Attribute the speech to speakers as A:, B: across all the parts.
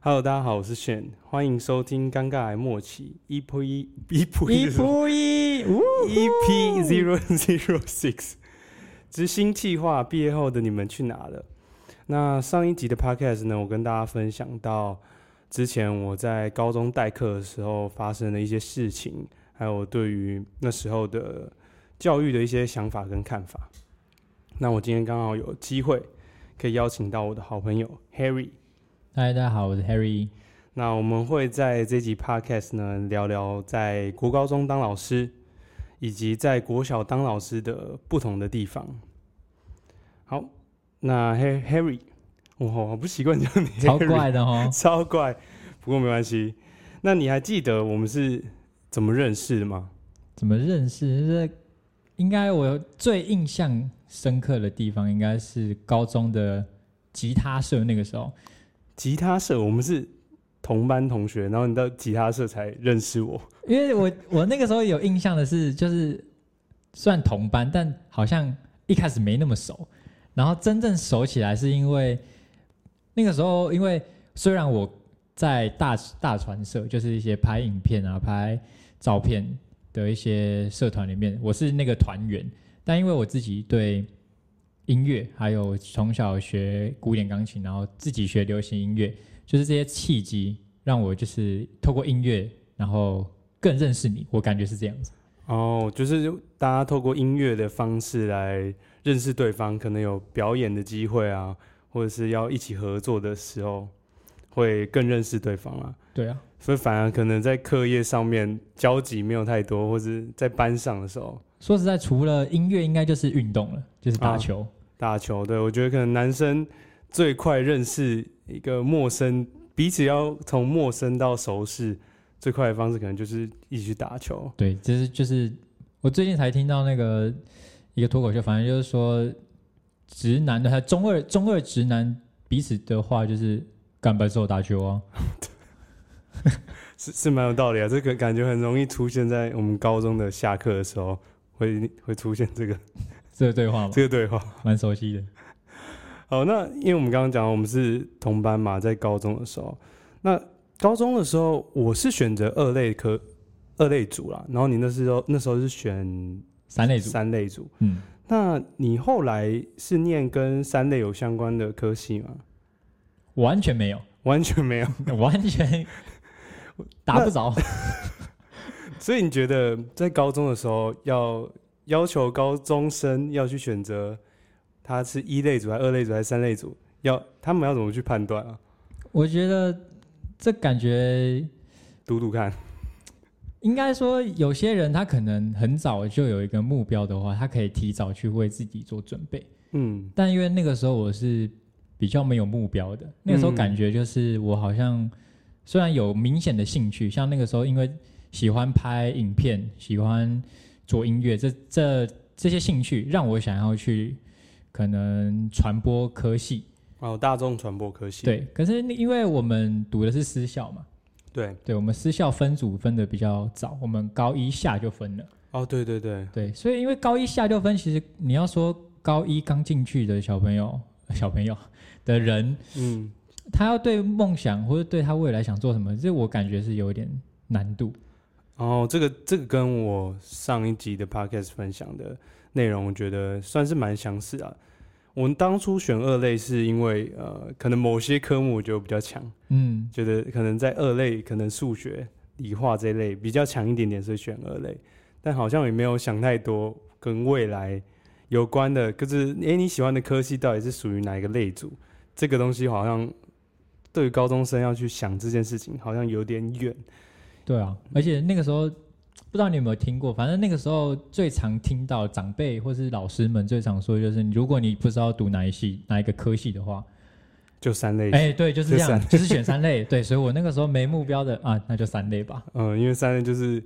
A: Hello，大家好，我是炫，欢迎收听《尴尬癌末期》EP ，E 一 EP
B: 一
A: 是什么
B: 不一，呜
A: EP，E zero zero six，执行计划毕业后的你们去哪了？那上一集的 podcast 呢，我跟大家分享到之前我在高中代课的时候发生的一些事情，还有对于那时候的教育的一些想法跟看法。那我今天刚好有机会可以邀请到我的好朋友 Harry，
B: 嗨，大家好，我是 Harry。
A: 那我们会在这集 podcast 呢聊聊在国高中当老师，以及在国小当老师的不同的地方。好，那 Har- Harry，我好不习惯叫你 Harry，，
B: 超怪的 哦
A: 超怪，不过没关系。那你还记得我们是怎么认识的吗？
B: 怎么认识？就是应该我最印象深刻的地方，应该是高中的吉他社那个时候。
A: 吉他社，我们是同班同学，然后你到吉他社才认识我。
B: 因为我我那个时候有印象的是，就是虽然同班，但好像一开始没那么熟，然后真正熟起来是因为那个时候，因为虽然我在大大传社，就是一些拍影片啊、拍照片的一些社团里面，我是那个团员，但因为我自己对音乐，还有从小学古典钢琴，然后自己学流行音乐，就是这些契机，让我就是透过音乐，然后更认识你。我感觉是这样子。
A: 哦，就是大家透过音乐的方式来认识对方，可能有表演的机会啊，或者是要一起合作的时候，会更认识对方啊。
B: 对啊，
A: 所以反而可能在课业上面交集没有太多，或是在班上的时候
B: 说实在，除了音乐，应该就是运动了，就是打
A: 啊
B: 球。
A: 打球，对我觉得可能男生最快认识一个陌生，彼此要从陌生到熟识最快的方式，可能就是一起去打球。
B: 对，就是就是我最近才听到那个一个脱口秀，反正就是说直男的，还有中二中二直男彼此的话就是干白手打球啊。
A: 是是蛮有道理啊，这个感觉很容易出现在我们高中的下课的时候，会会出现这个
B: 这个对话嘛，
A: 这个对话。
B: 蛮熟悉的。
A: 好，那因为我们刚刚讲我们是同班嘛，在高中的时候，那高中的时候我是选择二类科二类组啦，然后你那时候那时候是选
B: 三类组，
A: 三类组，
B: 嗯，
A: 那你后来是念跟三类有相关的科系吗？
B: 完全 没有，
A: 完全没有，
B: 完全打不着。
A: 所以你觉得在高中的时候要要求高中生要去选择他是一类组还是二类组还是三类组，要他们要怎么去判断啊？
B: 我觉得这感觉
A: 读读看，
B: 应该说，有些人他可能很早就有一个目标的话，他可以提早去为自己做准备。
A: 嗯，
B: 但因为那个时候我是比较没有目标的，那个时候感觉就是我好像虽然有明显的兴趣，像那个时候因为喜欢拍影片、喜欢做音乐，这这这些兴趣让我想要去可能传播科系。
A: 哦，大众传播科系，
B: 对，可是那因为我们读的是私校嘛，
A: 对，
B: 对我们私校分组分的比较早，我们高一下就分了。
A: 哦，对对对，
B: 对，所以因为高一下就分，其实你要说高一刚进去的小朋友、 小朋友的人，
A: 嗯，
B: 他要对梦想或者对他未来想做什么，这我感觉是有一点难度。
A: 哦，这个这个跟我上一集的 podcast 分享的内容，我觉得算是蛮相似啊。我们当初选二类是因为呃，可能某些科目我觉得我比较强，
B: 嗯，
A: 觉得可能在二类，可能数学、理化这一类比较强一点点，所以选二类。但好像也没有想太多跟未来有关的，可是诶、你喜欢的科系到底是属于哪一个类组？这个东西好像对于高中生要去想这件事情，好像有点远。
B: 对啊，而且那个时候不知道你有没有听过，反正那个时候最常听到长辈或是老师们最常说的就是，如果你不知道读哪一系哪一个科系的话，
A: 就三类，
B: 哎，对，就是这
A: 就
B: 样
A: 三，
B: 就是选三类。对，所以我那个时候没目标的啊，那就三类吧。
A: 嗯，因为三类就是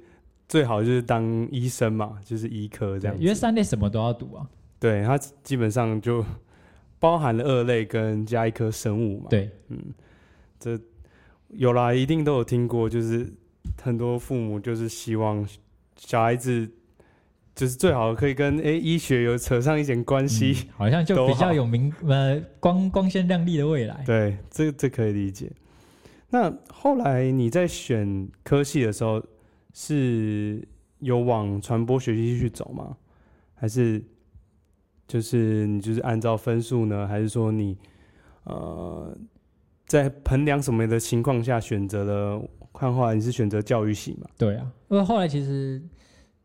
A: 最好就是当医生嘛，就是医科这
B: 对
A: 样，
B: 因为
A: 子。
B: 三类什么都要读啊，
A: 对，它基本上就包含了二类跟加一颗生物嘛。，
B: 对，
A: 嗯，这有啦，一定都有听过，就是很多父母就是希望小孩子就是最好可以跟诶医学有扯上一点关系。
B: 嗯好像就
A: 都
B: 比较
A: 好
B: 有明呃光光鲜亮丽的未来。
A: 对，这这可以理解。那后来你在选科系的时候，是有往传播学系去走吗？还是就是你就是按照分数呢？还是说你呃在衡量什么的情况下选择了？看后来你是选择教育系嘛？
B: 对啊，因为后来其实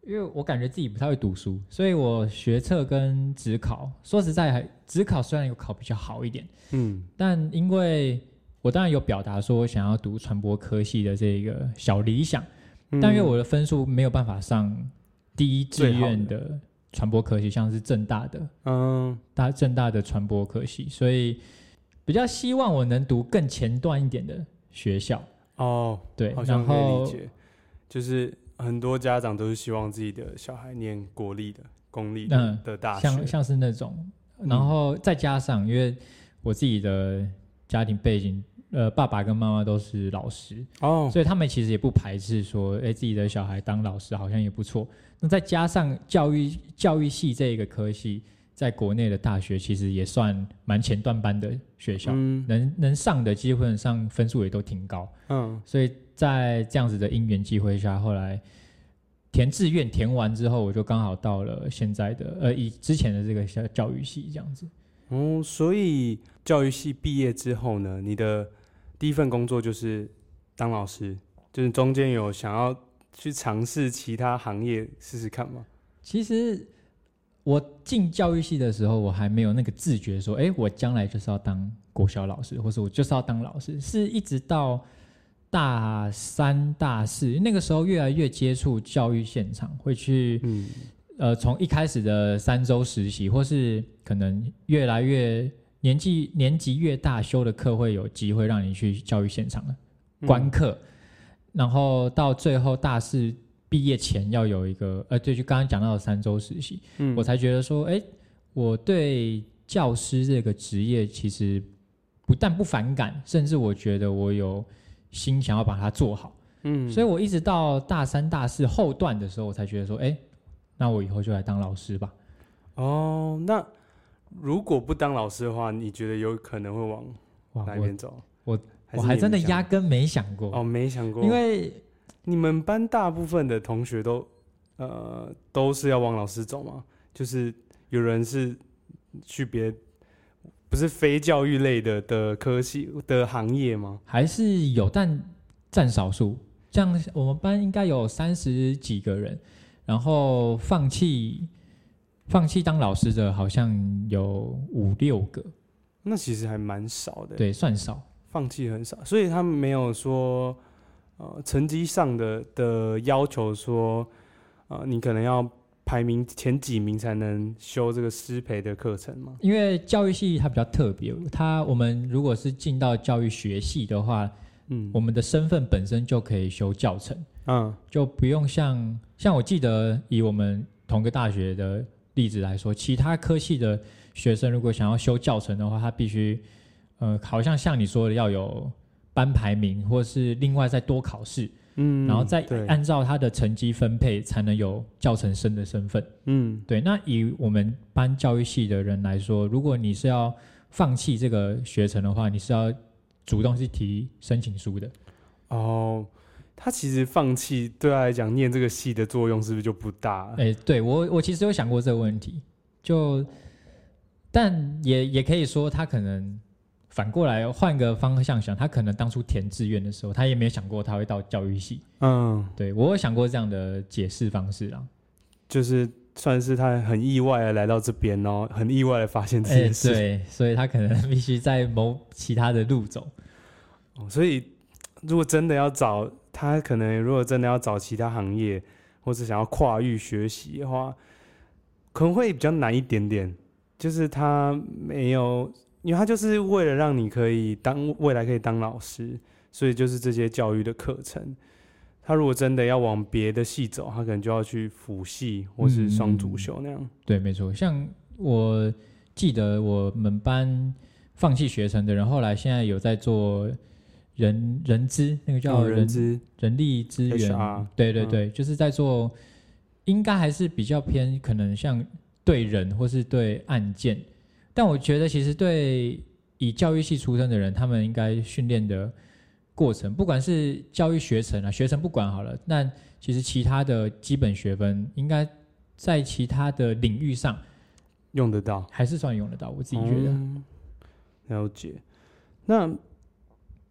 B: 因为我感觉自己不太会读书，所以我学测跟职考，说实在还职考虽然有考比较好一点，
A: 嗯
B: 但因为我当然有表达说我想要读传播科系的这个小理想，
A: 嗯
B: 但因为我的分数没有办法上第一志
A: 最好
B: 愿
A: 的
B: 的传播科系，像是正大的
A: 嗯
B: 大正大的传播科系，所以比较希望我能读更前段一点的学校。
A: 哦，
B: 对，
A: 好
B: 然
A: 像可以
B: 后
A: 理解，就是很多家长都是希望自己的小孩念国立的、公立的
B: 嗯
A: 的大学，
B: 像像是那种，然
A: 嗯
B: 后再加上因为我自己的家庭背景，呃，爸爸跟妈妈都是老师，
A: 哦，
B: 所以他们其实也不排斥说，哎，自己的小孩当老师好像也不错。那再加上教育教育系这一个科系，在国内的大学其实也算蛮前段班的学校，
A: 嗯
B: 能能上的基本上分数也都挺高。
A: 嗯
B: 所以在这样子的因缘际会下，后来填志愿填完之后，我就刚好到了现在的呃，以之前的这个教教育系这样子。
A: 哦，所以教育系毕业之后呢，你的第一份工作就是当老师，就是中间有想要去尝试其他行业试试看吗？
B: 其实我进教育系的时候，我还没有那个自觉说，哎、我将来就是要当国小老师，或是我就是要当老师，是一直到。大三、大四那个时候，越来越接触教育现场，会去
A: 嗯
B: 呃，从一开始的三周实习，或是可能越来越年纪年纪越大修的课，会有机会让你去教育现场
A: 嗯
B: 观课，然后到最后大四毕业前要有一个呃，对，就刚刚讲到的三周实习，
A: 嗯
B: 我才觉得说，哎，我对教师这个职业其实不但不反感，甚至我觉得我有心想要把它做好。
A: 嗯
B: 所以我一直到大三、大四后段的时候，我才觉得说，哎、那我以后就来当老师吧。
A: 哦，那如果不当老师的话，你觉得有可能会往
B: 哇，
A: 哪
B: 我
A: 边走？
B: 我我
A: 是
B: 还
A: 你
B: 真的
A: 没想
B: 压根没想过，
A: 过哦，没想过，
B: 因为
A: 你们班大部分的同学都呃都是要往老师走吗？就是有人是去别不是非教育类的的科系的行业吗？
B: 还是有，但占少数。像我们班应该有三十几个人，然后放弃放弃当老师的，好像有五六个，
A: 那其实还蛮少的，，
B: 对，算少。
A: 放弃很少，所以他们没有说呃成绩上的的要求说呃你可能要排名前几名才能修这个师培的课程吗？
B: 因为教育系它比较特别，它我们如果是进到教育学系的话，
A: 嗯，
B: 我们的身份本身就可以修教程。
A: 嗯
B: 就不用像像我记得以我们同个大学的例子来说，其他科系的学生如果想要修教程的话，他必须呃，好像像你说的要有班排名，或是另外再多考试，
A: 嗯，
B: 然后再
A: 对，
B: 按照他的成绩分配，才能有教程生的身份。
A: 嗯
B: 对，那以我们班教育系的人来说，如果你是要放弃这个学程的话，你是要主动去提申请书的。
A: 哦，他其实放弃对他来讲念这个戏的作用是不是就不大了？
B: 哎、对我我其实有想过这个问题，就但也也可以说他可能反过来换个方向想，他可能当初填志愿的时候，他也没有想过他会到教育系。
A: 嗯，
B: 对我有想过这样的解释方式啊。
A: 就是算是他很意外的来到这边，然后很意外的发现这
B: 哎、
A: 件事，
B: 对，所以他可能必须在某其他的路走。
A: 哦所以如果真的要找他，可能如果真的要找其他行业，或者想要跨域学习的话，可能会比较难一点点，就是他没有，因为他就是为了让你可以当未来可以当老师，所以就是这些教育的课程。他如果真的要往别的系走，他可能就要去辅系或是双主修那样。
B: 对，没错，像我记得我们班放弃学成的人，后来现在有在做人人资，那个叫
A: 用哦人
B: 人
A: 资
B: 人力资源
A: HR
B: 对对
A: 嗯
B: 对，就是在做，应该还是比较偏可能像对人或是对案件，但我觉得其实对以教育系出身的人，他们应该训练的过程，不管是教育学程啊，学程不管好了，那其实其他的基本学分应该在其他的领域上
A: 用得到，
B: 还是算用得到，我自己觉得。
A: 嗯了解。那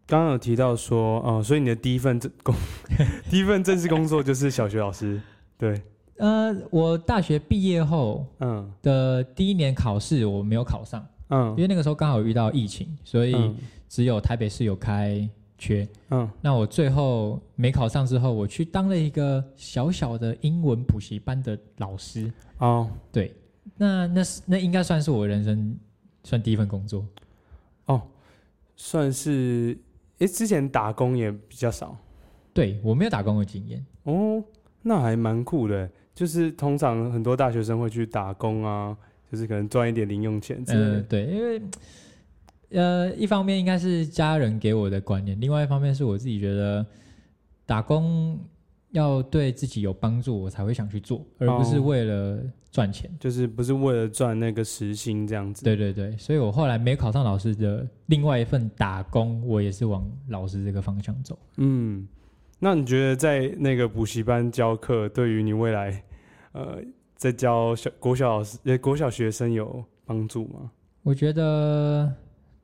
A: 刚刚有提到说，哦、所以你的第一份正工， 第一份正式工作就是小学老师，对，
B: 呃，我大学毕业后
A: 嗯
B: 的第一年考试我没有考上，因
A: 嗯，
B: 为那个时候刚好遇到疫情，所以、
A: 嗯
B: 只有台北市有开缺。
A: 嗯，
B: 那我最后没考上之后，我去当了一个小小的英文补习班的老师。
A: 哦
B: 对，那那是那应该算是我人生算第一份工作。
A: 哦，算是，诶，之前打工也比较少
B: 对我没有打工的经验，
A: 哦，那还蛮酷的。就是通常很多大学生会去打工啊，就是可能赚一点零用钱之类
B: 嗯、
A: 的。
B: 对，因为呃，一方面应该是家人给我的观念，另外一方面是我自己觉得打工要对自己有帮助，我才会想去做，而不是
A: 哦
B: 为了赚钱。
A: 就是不是为了赚那个时薪这样子。
B: 对对对，所以我后来没考上老师的另外一份打工，我也是往老师这个方向走。
A: 嗯，那你觉得在那个补习班教课，对于你未来呃在教小国小老师、呃国小学生有帮助吗？
B: 我觉得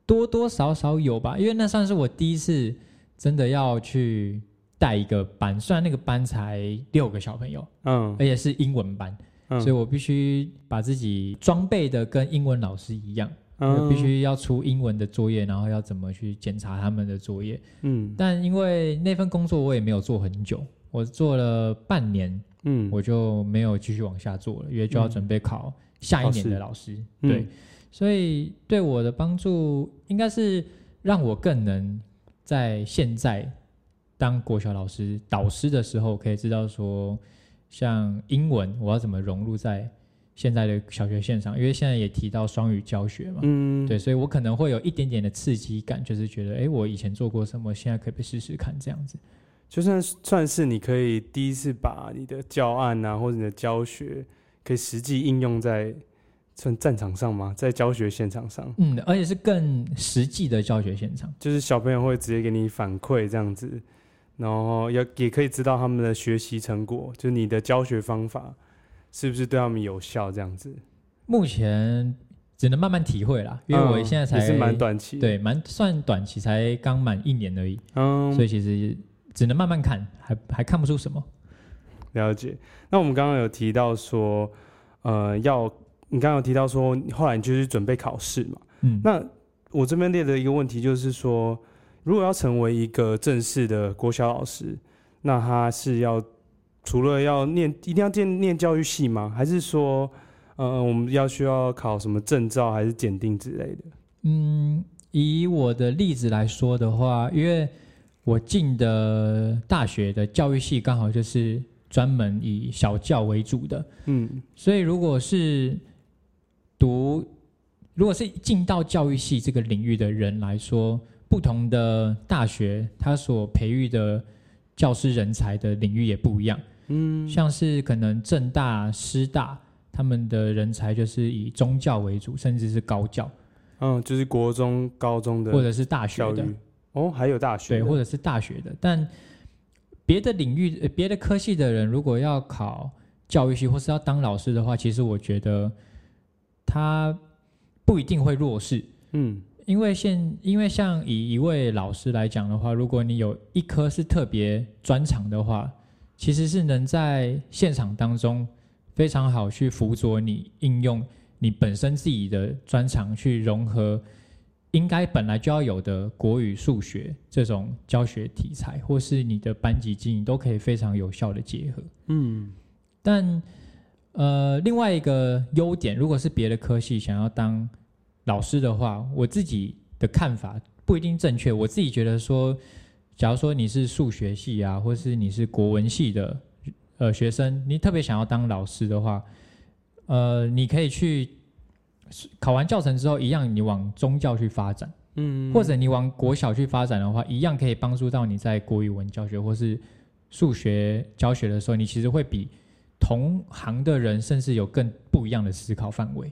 B: 多多少少有吧，因为那算是我第一次真的要去带一个班，虽然那个班才六个小朋友，
A: 嗯
B: 而且是英文班，
A: 嗯，
B: 所以我必须把自己装备的跟英文老师一样，
A: 嗯
B: 必须要出英文的作业，然后要怎么去检查他们的作业。
A: 嗯
B: 但因为那份工作我也没有做很久，我做了半年。
A: 嗯
B: 我就没有继续往下做了，因为就要准备考下一年的老师。
A: 嗯
B: 对，所以对我的帮助应该是让我更能在现在当国小老师导师的时候，可以知道说，像英文我要怎么融入在现在的小学线上，因为现在也提到双语教学嘛。
A: 嗯
B: 对，所以我可能会有一点点的刺激感，就是觉得，哎，我以前做过什么，现在可不可以试试看这样子。
A: 就算算是你可以第一次把你的教案啊，或者你的教学，可以实际应用在算战场上吗？在教学现场上，
B: 嗯，而且是更实际的教学现场。
A: 就是小朋友会直接给你反馈这样子，然后要也可以知道他们的学习成果，就是你的教学方法是不是对他们有效这样子。
B: 目前只能慢慢体会啦，因为我现在
A: 嗯
B: 才、
A: 也是蛮短期，，
B: 对，蛮算短期，才刚满一年而已，
A: 嗯，
B: 所以其实只能慢慢看，还还看不出什么。
A: 了解。那我们刚刚有提到说，呃，要你刚刚有提到说，后来你就是准备考试嘛？
B: 嗯，
A: 那我这边列的一个问题就是说，如果要成为一个正式的国小老师，那他是要除了要念，一定要念念教育系吗？还是说，呃，我们要需要考什么证照还是检定之类的？
B: 嗯，以我的例子来说的话，因为我进的大学的教育系刚好就是专门以小教为主的，
A: 嗯
B: 所以如果是读，如果是进到教育系这个领域的人来说，不同的大学它所培育的教师人才的领域也不一样，
A: 嗯
B: 像是可能正大、师大他们的人才就是以宗教为主，甚至是高教
A: 嗯，就是国中、高中
B: 或
A: 的
B: 者是大学
A: 教
B: 的，
A: 育哦，还有大学
B: 对，
A: 的，
B: 或者是大学的。但别的领域、呃别的科系的人，如果要考教育系或是要当老师的话，其实我觉得他不一定会弱势，
A: 嗯
B: 因为现因为像以一位老师来讲的话，如果你有一科是特别专长的话，其实是能在现场当中非常好去辅佐你应用你本身自己的专长去融合，应该本来就要有的国语、数学这种教学题材，或是你的班级经营都可以非常有效的结合。
A: 嗯
B: 但呃，另外一个优点，如果是别的科系想要当老师的话，我自己的看法不一定正确。我自己觉得说，假如说你是数学系啊，或是你是国文系的呃学生，你特别想要当老师的话，呃，你可以去考完教程之后，一样你往宗教去发展，
A: 嗯
B: 或者你往国小去发展的话，一样可以帮助到你在国语文教学或是数学教学的时候，你其实会比同行的人甚至有更不一样的思考范围。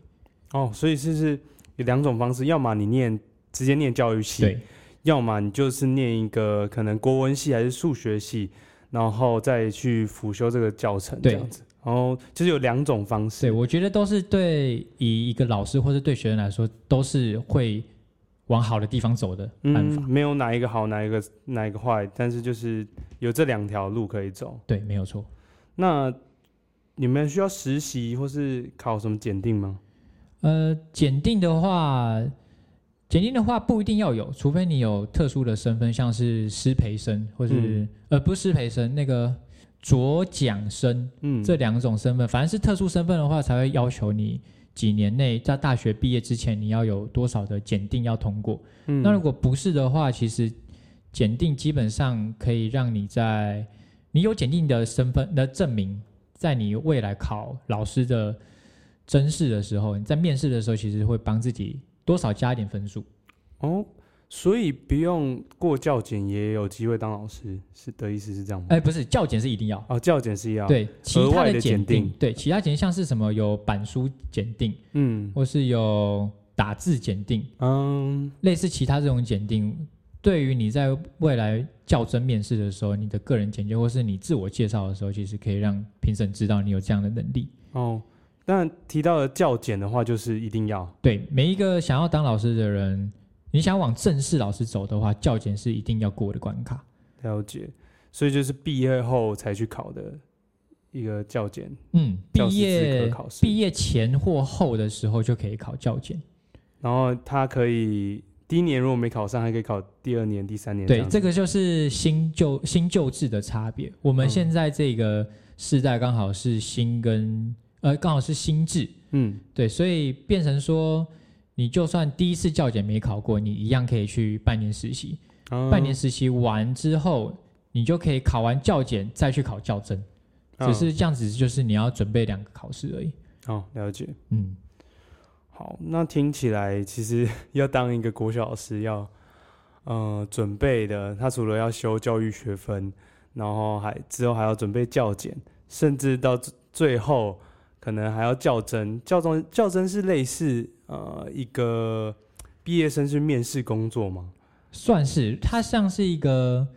A: 哦，所以就是有两种方式，要么你念直接念教育系，
B: 对，
A: 要么你就是念一个可能国文系还是数学系，然后再去辅修这个教程这
B: 对
A: 样子。然后就是有两种方式
B: 对，，我觉得都是对以一个老师或是对学生来说，都是会往好的地方走的办法。
A: 嗯，没有哪一个好，哪一个哪一个坏，但是就是有这两条路可以走。
B: 对，没有错。
A: 那你们需要实习或是考什么检定吗？
B: 呃，检定的话，检定的话不一定要有，除非你有特殊的身份，像是师培生或是、呃不是师培生那个着奖生
A: 嗯，
B: 这两种身份，反正是特殊身份的话，才会要求你几年内在大学毕业之前你要有多少的检定要通过。
A: 嗯
B: 那如果不是的话，其实检定基本上可以让你在你有检定的身份的证明，在你未来考老师的真试的时候，你在面试的时候，其实会帮自己多少加一点分数。
A: 哦，所以不用过教检也有机会当老师，是的意思是这样吗？
B: 哎，不是，教检是一定要。
A: 哦，教检是要，，
B: 对，其
A: 额
B: 他
A: 外的
B: 检
A: 检定
B: 对其他检定像是什么有板书检定，
A: 嗯
B: 或是有打字检定，
A: 嗯，
B: 类似其他这种检定，对于你在未来较真面试的时候，你的个人简介或是你自我介绍的时候，其实可以让评审知道你有这样的能力。
A: 哦，但提到了教检的话，就是一定要，
B: 对每一个想要当老师的人，你想往正式老师走的话，教检是一定要过的关卡。
A: 了解，所以就是毕业后才去考的一个教检，
B: 嗯，
A: 教
B: 毕
A: 师资
B: 业
A: 格考试
B: 毕业前或后的时候就可以考教检。
A: 嗯然后他可以第一年如果没考上，还可以考第二年、第三年
B: 对，
A: 样子
B: 这个就是新旧新旧制的差别。我们
A: 嗯
B: 现在这个世代刚好是新跟呃刚好是新制，
A: 嗯，
B: 对，所以变成说，你就算第一次教检没考过，你一样可以去半年实习。
A: 嗯
B: 半年实习完之后，你就可以考完教检再去考教甄，只是这样子就是你要准备两个考试而已。
A: 嗯哦，了解。
B: 嗯，
A: 好，那听起来其实 要当一个国小老师要，呃，准备的，他除了要修教育学分，然后还之后还要准备教检，甚至到最最后可能还要教甄。教甄教甄是类似呃一个毕业生去面试工作吗？
B: 算是它像是一个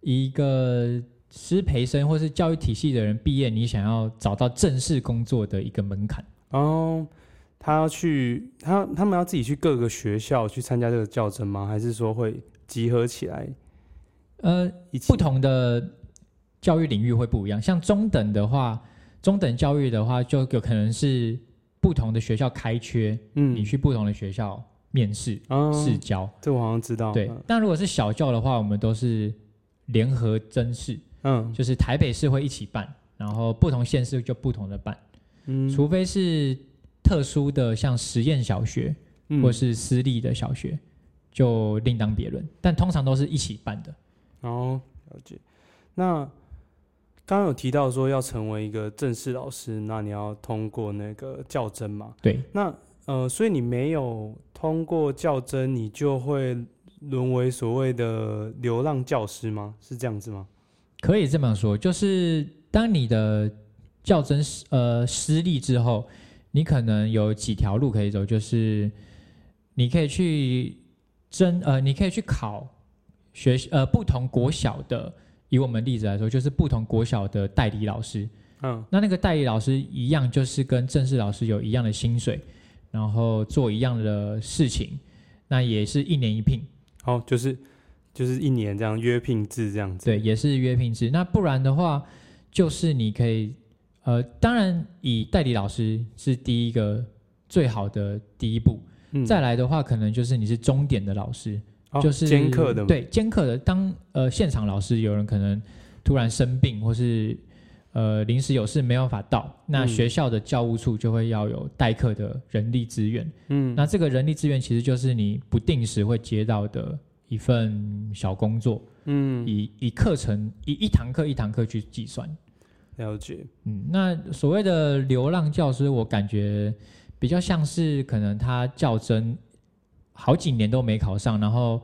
B: 一个师培生或是教育体系的人毕业，你想要找到正式工作的一个门槛。
A: 然后他要去他他们要自己去各个学校去参加这个教甄吗？还是说会集合起来
B: 呃，
A: 一起？
B: 不同的教育领域会不一样。像中等的话，中等教育的话，就有可能是不同的学校开缺，
A: 嗯
B: 你去不同的学校面试、
A: 啊，
B: 试教。
A: 这我好像知道。嗯
B: 对，那如果是小教的话，我们都是联合甄试，
A: 嗯，
B: 就是台北市会一起办，然后不同县市就不同的办，
A: 嗯
B: 除非是特殊的，像实验小学
A: 嗯
B: 或是私立的小学，就另当别论。但通常都是一起办的。
A: 哦，了解。那刚刚有提到说要成为一个正式老师，那你要通过那个教甄嘛？
B: 对，
A: 那呃，所以你没有通过教甄，你就会沦为所谓的流浪教师吗？是这样子吗？
B: 可以这么说，就是当你的较真失呃失利之后，你可能有几条路可以走，就是你可以去争呃，你可以去考学呃不同国小的，以我们例子来说，就是不同国小的代理老师，
A: 嗯
B: 那那个代理老师一样就是跟正式老师有一样的薪水，然后做一样的事情，那也是一年一聘。
A: 好，就是就是一年这样约聘制这样子。
B: 对，也是约聘制。那不然的话，就是你可以，呃，当然以代理老师是第一个最好的第一步。
A: 嗯，
B: 再来的话，可能就是你是终点的老师，
A: 哦
B: 就是
A: 兼课的嘛。
B: 对，兼课的。当呃现场老师有人可能突然生病，或是呃临时有事没办法到，那
A: 嗯
B: 学校的教务处就会要有代课的人力资源。
A: 嗯，
B: 那这个人力资源其实就是你不定时会接到的一份小工作。
A: 嗯，
B: 以以课程以一堂课一堂课去计算。
A: 了解。
B: 嗯，那所谓的流浪教师，我感觉比较像是可能他较真好几年都没考上，然后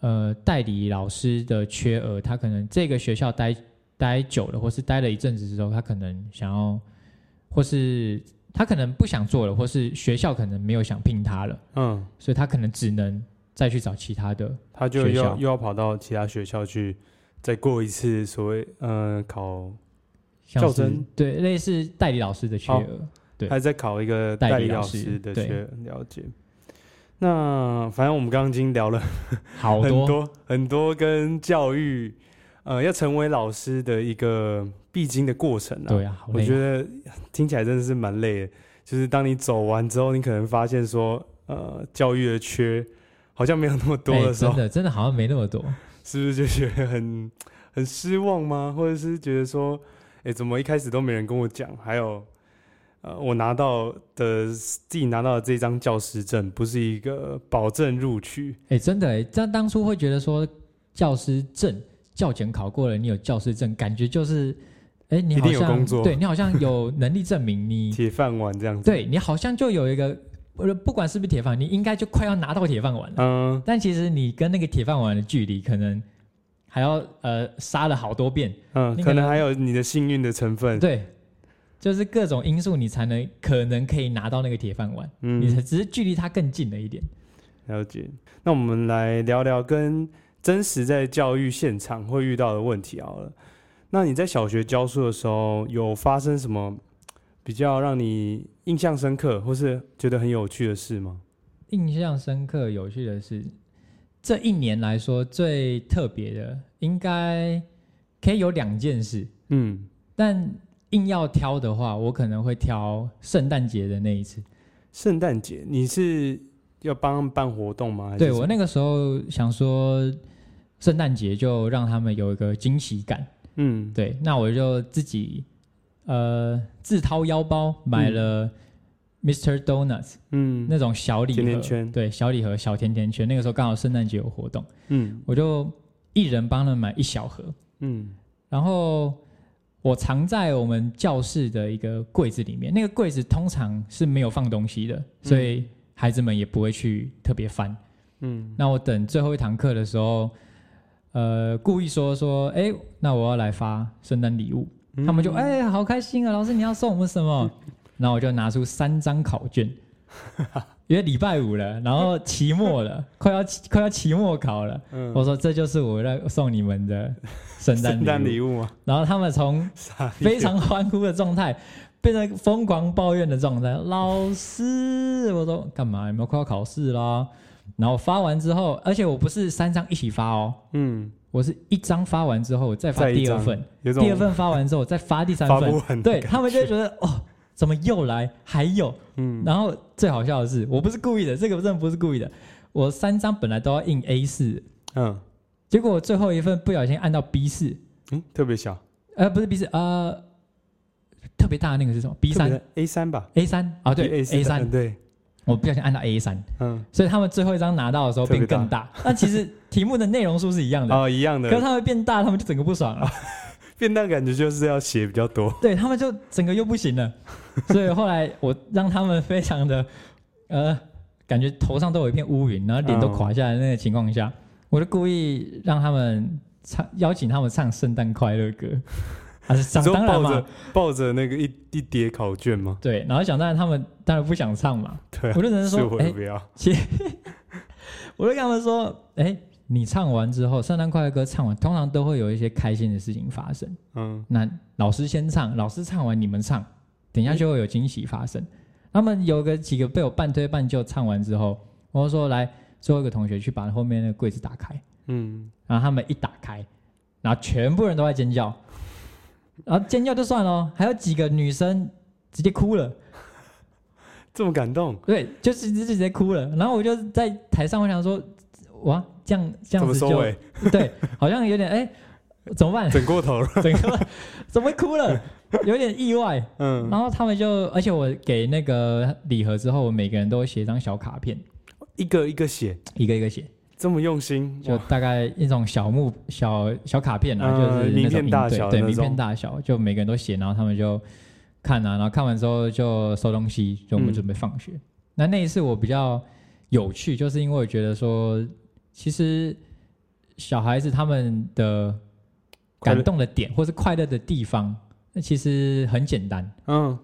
B: 呃代理老师的缺额，他可能这个学校待待久了，或是待了一阵子之后，他可能想要，或是他可能不想做了，或是学校可能没有想聘他了，
A: 嗯，
B: 所以他可能只能再去找其他的。
A: 他就
B: 学
A: 又
B: 校
A: 又要跑到其他学校去，再过一次所谓嗯、呃考，
B: 像是
A: 较真
B: 对，类似代理老师的缺
A: 哦
B: 额，对
A: 还再考一个
B: 代理
A: 代理
B: 老
A: 老
B: 师
A: 师的
B: 对
A: 学了解。那反正我们刚刚已经聊了
B: 好
A: 很多很多跟教育，呃，要成为老师的一个必经的过程啊。
B: 对啊，好
A: 我
B: 累啊
A: 觉得听起来真的是蛮累的，就是当你走完之后，你可能发现说，呃，教育的缺好像没有那么多
B: 哎
A: 的时候，
B: 真的真的好像没那么多。
A: 是不是就觉得很 很失望吗？或者是觉得说，哎、怎么一开始都没人跟我讲？还有，呃，我拿到的自己拿到的这张教师证，不是一个保证录取，
B: 哎、真的哎、欸，但当初会觉得说教师证教检考过了，你有教师证，感觉就是，哎、你
A: 一
B: 好
A: 定有
B: 像
A: 工作
B: 对你好像有能力证明 你，
A: 铁饭碗这样子。，
B: 对你好像就有一个，不不管是不是铁饭，你应该就快要拿到铁饭碗了。
A: 嗯，
B: 但其实你跟那个铁饭碗的距离，可能还要呃杀了好多遍，
A: 嗯，
B: 那
A: 可
B: 个
A: 能还有你的幸运的成分。
B: 对，就是各种因素，你才能可能可以拿到那个铁饭碗，
A: 嗯，
B: 你才只是距离它更近了一点。
A: 了解。那我们来聊聊跟真实在教育现场会遇到的问题好了。那你在小学教书的时候，有发生什么比较让你印象深刻，或是觉得很有趣的事吗？
B: 印象深刻、有趣的是，这一年来说最特别的，应该可以有两件事，
A: 嗯，
B: 但硬要挑的话，我可能会挑圣诞节的那一次。
A: 圣诞节你是要帮他们办活动吗？还是
B: 对
A: 什么
B: 我那个时候想说，圣诞节就让他们有一个惊喜感。
A: 嗯
B: 对，那我就自己呃自掏腰包买了 Mr. Donuts、
A: 嗯
B: 那种小礼盒，
A: 甜甜圈
B: 对，小礼盒、小甜甜圈。那个时候刚好圣诞节有活动。
A: 嗯
B: 我就一人帮他买一小盒，
A: 嗯
B: 然后我藏在我们教室的一个柜子里面。那个柜子通常是没有放东西的，所以孩子们也不会去特别翻。
A: 嗯
B: 那我等最后一堂课的时候，呃，故意说说，哎，那我要来发圣诞礼物。
A: 嗯
B: 他们就哎、好开心啊！老师，你要送我们什么？然后我就拿出三张考卷，因为礼拜五了，然后期末了，快要期快要期末考了。
A: 嗯
B: 我说这就是我让送你们的圣诞
A: 圣诞
B: 礼
A: 礼
B: 物。
A: 物吗？
B: 然后他们从
A: 傻眼
B: 非常欢呼的状态变成疯狂抱怨的状态。老师，我说干嘛？有没有快要考试啦？然后发完之后，而且我不是三张一起发哦，
A: 嗯，
B: 我是一张发完之后我再发
A: 再一
B: 第二
A: 张
B: 份，
A: 有种
B: 第二份发完之后我再发第三
A: 发不
B: 份，
A: 完的
B: 对
A: 感
B: 他们就会觉得哦，怎么又来？还有，
A: 嗯
B: 然后最好笑的是，我不是故意的，这个真的不是故意的。我三张本来都要印 A 四，
A: 嗯
B: 结果我最后一份不小心按到 B 四，
A: 嗯，特别小
B: 呃，不是 B 四，呃，特别大的那个是什么？B 三、
A: A 哎三吧
B: A 三啊，对
A: A
B: ，A 三，
A: 对，
B: 我不小心按到 A 三，
A: 嗯
B: 所以他们最后一张拿到的时候变更 大。那其实题目的内容数是一样的，
A: 哦一样的
B: 可是，他们变大，他们就整个不爽了。
A: 便当感觉就是要写比较多。
B: 对他们就整个又不行了，所以后来我让他们非常的呃，感觉头上都有一片乌云，然后脸都垮下来的那个情况下，我就故意让他们唱，邀请他们唱圣诞快乐歌，啊还是
A: 你
B: 想
A: 说
B: 当然
A: 抱
B: 嘛
A: 着，抱着那个一一叠考卷吗？
B: 对，然后想当然他们当然不想唱嘛，
A: 对啊、
B: 我就只能
A: 是我
B: 说，哎、
A: 也不要。
B: 我就跟他们说，哎、你唱完之后，圣诞快乐歌唱完，通常都会有一些开心的事情发生。
A: 嗯
B: 那老师先唱，老师唱完你们唱，等一下就会有惊喜发生。他们有个几个被我半推半就唱完之后，我就说来，最后一个同学去把后面那个柜子打开，
A: 嗯，
B: 然后他们一打开，然后全部人都在尖叫，然后尖叫就算了，哦还有几个女生直接哭了，
A: 这么感动，
B: 对，就是直接哭了。然后我就在台上，我想说，哇，这样这
A: 怎
B: 样
A: 么
B: 子
A: 收
B: 就
A: 尾？
B: 对，好像有点哎、怎么办？
A: 整过头了。
B: 整个怎么哭了？有点意外。
A: 嗯，
B: 然后他们就，而且我给那个礼盒之后，我每个人都写一张小卡片，
A: 一个一个写，
B: 一个一个写，
A: 这么用心，
B: 就
A: 哇
B: 大概一种小木小小卡片啊，
A: 嗯
B: 就是那
A: 名
B: 种
A: 片大小的那
B: 对对
A: 种
B: 名片大小，就每个人都写，然后他们就看啊，然后看完之后就收东西，就我们
A: 嗯
B: 准备放学。那那一次我比较有趣，就是因为我觉得说，其实小孩子他们的
A: 快乐
B: 感动的点或是快乐的地方，那其实很简单。
A: 嗯，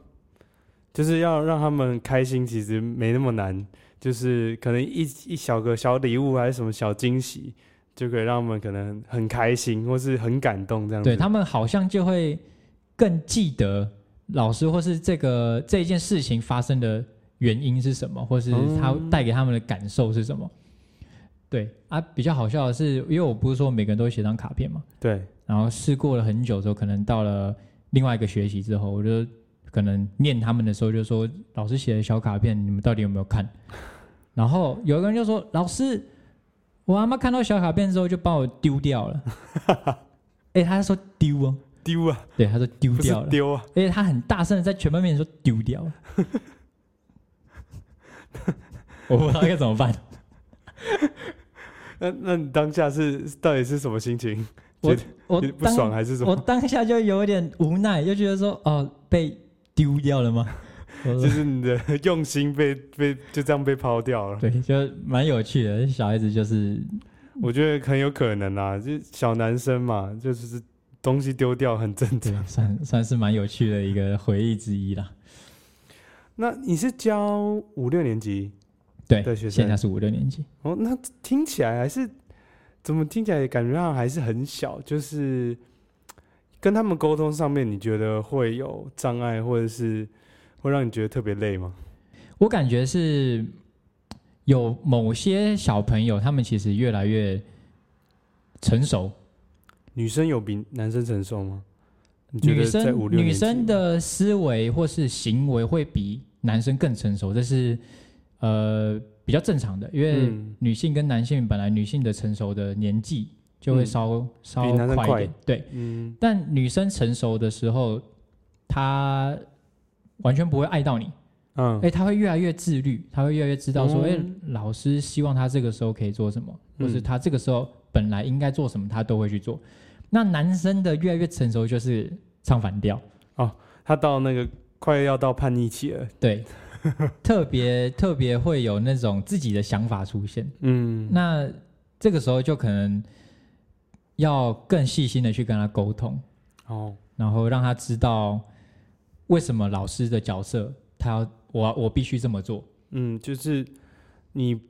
A: 就是要让他们开心，其实没那么难，就是可能一一小个小礼物还是什么小惊喜，就可以让他们可能很开心或是很感动这样子。
B: 对他们好像就会更记得老师或是这个这一件事情发生的原因是什么，或是他
A: 嗯
B: 带给他们的感受是什么。对啊，比较好笑的是，因为我不是说每个人都会写张卡片嘛，
A: 对，
B: 然后试过了很久之后，可能到了另外一个学期之后，我就可能念他们的时候就说：“老师写的小卡片，你们到底有没有 看？”然后有一个人就说：“老师，我阿妈看到小卡片之后就把我丢掉 了。”哎、他说丢哦，
A: 丢啊，
B: 对，他说丢
A: 不是
B: 掉了，
A: 丢啊，
B: 而且他很大声的在全班面前说丢 掉了。我不知道该怎么办，
A: 那那你当下是到底是什么心情？
B: 我
A: 觉
B: 我
A: 得不
B: 当
A: 爽还是什
B: 我
A: 么？
B: 当下就有点无奈，就觉得说哦，被丢掉 了吗？我
A: 就
B: 说
A: 是你的 用心被被就这样被抛掉了，
B: 对，就蛮有趣的。小孩子就是
A: 我觉得很有可能啊，就是小男生嘛，就是东西丢掉很正
B: 对
A: 常。，
B: 算算是蛮有趣的一个回忆之一啦。
A: 那你是教五六年级
B: 对
A: 对学，生
B: 现在是五六年级，
A: 哦，那听起来还是怎么听起来感觉上还是很小，就是跟他们沟通上面，你觉得会有障碍，或者是会让你觉得特别累吗？
B: 我感觉是有某些小朋友，他们其实越来越成熟。
A: 女生有比男生成熟吗？你觉
B: 女
A: 得在五六
B: 生
A: 年
B: 女
A: 级
B: 生的思维或是行为会比男生更成熟，这是呃比较正常的，因为
A: 嗯
B: 女性跟男性本来女性的成熟的年纪就会
A: 嗯
B: 稍、稍
A: 比男生
B: 快一
A: 快
B: 点，对。
A: 嗯
B: 但女生成熟的时候，她完全不会爱到你，
A: 嗯
B: 哎、她会越来越自律，她会越来越知道说，
A: 嗯
B: 哎、老师希望她这个时候可以做什么，
A: 嗯
B: 或是她这个时候本来应该做什么，她都会去做。那男生的越来越成熟就是唱反调，
A: 他到那个快要到叛逆期了，
B: 对，特别特别会有那种自己的想法出现。
A: 嗯，
B: 那这个时候就可能要更细心的去跟他沟通，
A: 哦，
B: 然后让他知道为什么老师的角色，他要我我必须这么做。
A: 嗯，就是你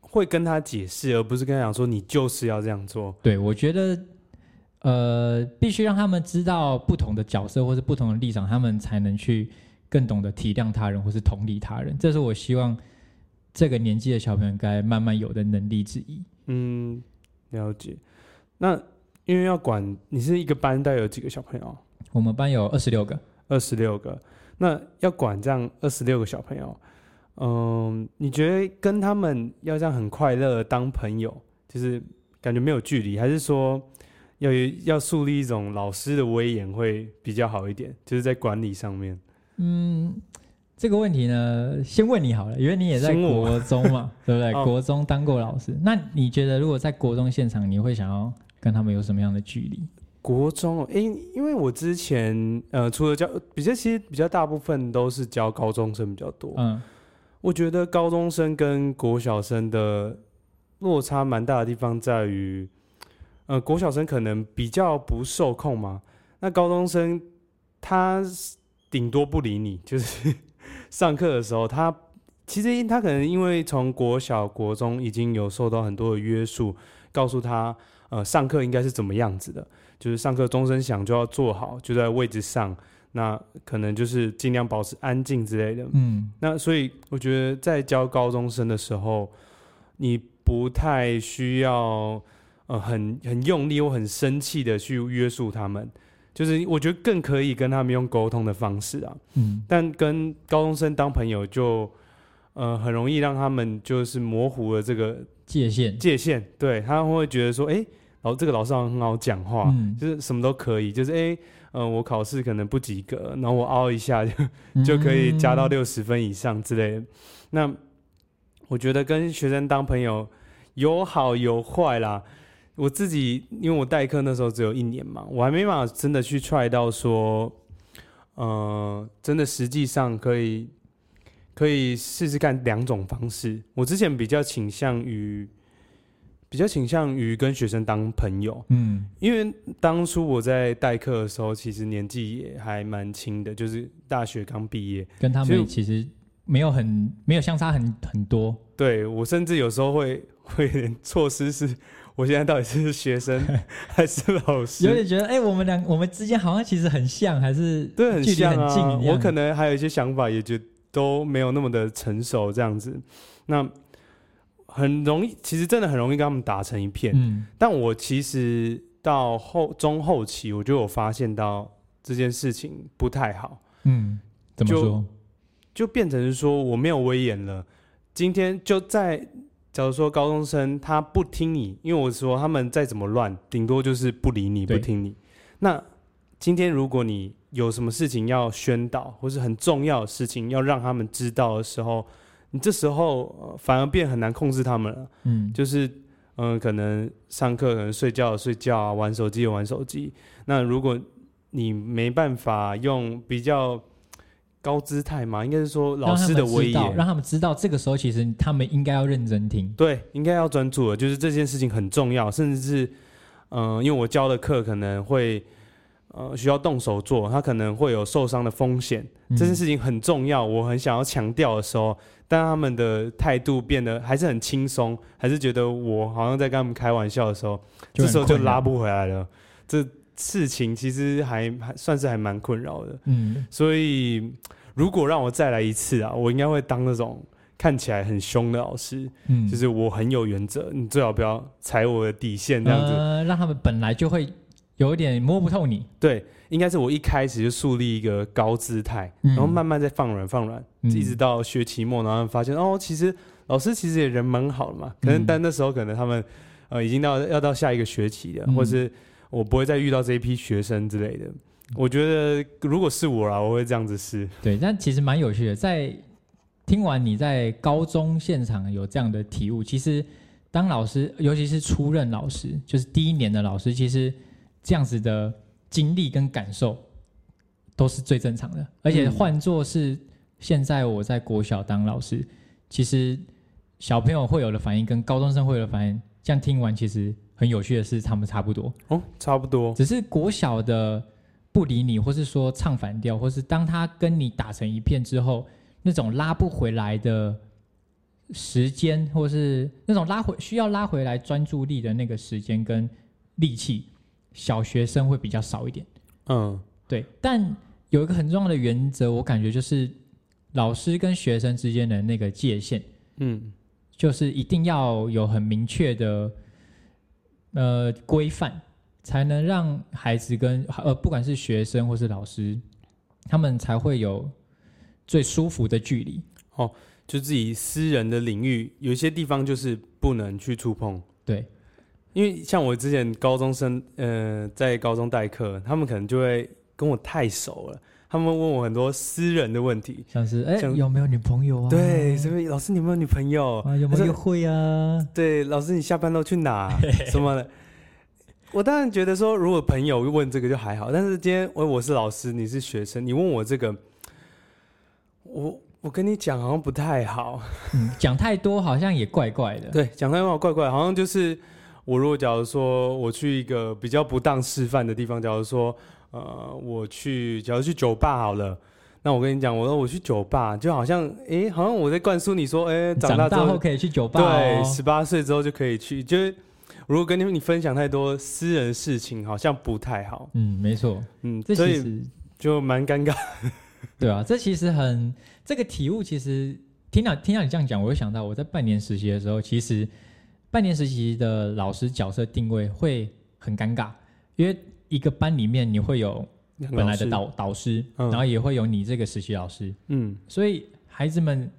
A: 会跟他解释，而不是跟他讲说你就是要这样做，
B: 对我觉得，呃，必须让他们知道不同的角色或是不同的立场，他们才能去更懂得体谅他人或是同理他人。这是我希望这个年纪的小朋友该慢慢有的能力之一。
A: 嗯，了解。那因为要管，你是一个班带有几个小朋友？
B: 我们班有二十六个，
A: 二十六个。那要管这样二十六个小朋友，嗯，你觉得跟他们要这样很快乐地当朋友，就是感觉没有距离，还是说要有要树立一种老师的威严会比较好一点？就是在管理上面，
B: 嗯，这个问题呢，先问你好了，因为你也在
A: 先问我
B: 国中 嘛，对不对？
A: 哦
B: 国中当过老师，那你觉得如果在国中现场，你会想要跟他们有什么样的距离？
A: 国中，哦，因因为我之前呃，除了教比较，其实比较大部分都是教高中生比较多，
B: 嗯，
A: 我觉得高中生跟国小生的落差蛮大的地方在于，呃，国小生可能比较不受控嘛，那高中生他顶多不理你， 就是上课的时候他。其实他可能因为从国小、国中已经有受到很多的约束，告诉他，呃，上课应该是怎么样子的，就是上课钟声响就要坐好，就在位置上，那可能就是尽量保持安静之类的。
B: 嗯，
A: 那所以我觉得在教高中生的时候，你不太需要呃很很用力或很生气的去约束他们，就是我觉得更可以跟他们用沟通的方式啊。
B: 嗯，
A: 但跟高中生当朋友就呃很容易让他们就是模糊了这个
B: 界限，
A: 界限，对他们会觉得说，哎、老这个老师好像很好讲话，
B: 嗯
A: 就是什么都可以，就是哎。诶呃，我考试可能不及格，然后我凹一下就就可以加到
B: 嗯。
A: 六十分以上之类的。那我觉得跟学生当朋友有好有坏啦。我自己因为我代课那时候只有一年嘛，我还没办法真的去 try 到说，呃，真的实际上可以可以试试看两种方式。我之前比较倾向于比较倾向于跟学生当朋友，
B: 嗯
A: 因为当初我在代课的时候，其实年纪也还蛮轻的，就是大学刚毕业。
B: 跟他
A: 所以
B: 们其实没有很没有相差很很多，
A: 对我甚至有时候会 会有点错失，是我现在到底是学 生还是老
B: 有
A: 师？
B: 点觉得哎、我们两我们之间好像其实很像，还是
A: 对，很
B: 距离
A: 像
B: 很
A: 啊。
B: 近一样。
A: 我可能还有一些想法，也觉得都没有那么的成熟，这样子。那很容易，其实真的很容易跟他们打成一片。
B: 嗯
A: 但我其实到后中后期，我就有发现到这件事情不太好。
B: 嗯，怎么
A: 就
B: 说？
A: 就变成是说我没有威严了。今天就在，假如说高中生他不听你，因为我说他们再怎么乱，顶多就是不理你，不
B: 对
A: 听你。那今天如果你有什么事情要宣导，或是很重要的事情要让他们知道的时候，你这时候、呃反而变很难控制他们了。
B: 嗯，
A: 就是嗯、呃可能上课可能睡觉的睡觉啊，玩手机的玩手机。那如果你没办法用比较高姿态嘛，应该是说老
B: 让他
A: 师
B: 们
A: 的
B: 知
A: 威
B: 道让
A: 严，
B: 他们知道这个时候其实他们应该要认真听。
A: 对，应该要专注的，就是这件事情很重要，甚至是嗯、呃因为我教的课可能会。呃，需要动手做，他可能会有受伤的风险，
B: 嗯
A: 这件事情很重要，我很想要强调的时候，但他们的态度变得还是很轻松，还是觉得我好像在跟他们开玩笑的时候，这
B: 很
A: 时候就
B: 困扰
A: 拉不回来了。这事情其实还还算是还蛮困扰的，
B: 嗯，
A: 所以如果让我再来一次啊，我应该会当那种看起来很凶的老师，
B: 嗯，
A: 就是我很有原则，你最好不要踩我的底线这样子。
B: 呃，让他们本来就会有一点摸不透你。
A: 对，应该是我一开始就树立一个高姿态，
B: 嗯
A: 然后慢慢再放软放软，
B: 嗯
A: 一直到学期末，然后发现哦，其实老师其实也人蛮好的嘛。可能
B: 嗯
A: 但那时候可能他们呃已经到要到下一个学期了，
B: 嗯
A: 或是我不会再遇到这一批学生之类的。我觉得如果是我啦，我会这样子试。
B: 对，但其实蛮有趣的。在听完你在高中现场有这样的体悟，其实当老师，尤其是初任老师，就是第一年的老师，其实这样子的经历跟感受都是最正常的。而且
A: 嗯
B: 换作是现在我在国小当老师，其实小朋友会有的反应跟高中生会有的反应，这样听完其实很有趣的是，他们差不多。
A: 哦，差不多。
B: 只是国小的不理你，或是说唱反调，或是当他跟你打成一片之后，那种拉不回来的时间，或是那种拉回需要拉回来专注力的那个时间跟力气，小学生会比较少一点。
A: 嗯
B: 对，但有一个很重要的原则，我感觉就是老师跟学生之间的那个界限，
A: 嗯
B: 就是一定要有很明确的呃规范，才能让孩子跟呃不管是学生或是老师，他们才会有最舒服的距离。
A: 就自己私人的领域，有一些地方就是不能去触碰。
B: 对，
A: 因为像我之前高中生，呃，在高中代课，他们可能就会跟我太熟了，他们问我很多私人的问题。
B: 像是哎、
A: 像
B: 有没有女朋友啊？
A: 对，什么老师你有没有女朋友？
B: 啊有没
A: 他说
B: 有约会啊？
A: 对，老师你下班都去哪？什么的。我当然觉得说，如果朋友问这个就还好，但是今天我我是老师，你是学生，你问我这个，我我跟你讲好像不太好。
B: 嗯，讲太多好像也怪怪的。
A: 对，讲太话怪怪，好像就是我如果假如说我去一个比较不当示范的地方，假如说呃我去，假如去酒吧好了，那我跟你讲，我说我去酒吧，就好像诶，好像我在灌输你说，诶，
B: 长
A: 大之
B: 大
A: 后
B: 后可以去酒吧、
A: 对，
B: 哦。
A: 十八岁之后就可以去，就是。如果跟你你分享太多私人事情，好像不太好，
B: 嗯，没错，
A: 嗯，
B: 这
A: 所
B: 其
A: 以
B: 实
A: 就蛮尴尬。
B: 对啊，这其实很这个体悟，其实听到听到你这样讲，我就想到我在半年实习的时候，其实半年实习的老师角色定位会很尴尬，因为一个班里面你会有
A: 两个
B: 本
A: 老
B: 来的
A: 师，
B: 导导师，
A: 嗯
B: 然后也会有你这个实习老师，
A: 嗯，
B: 所以孩子们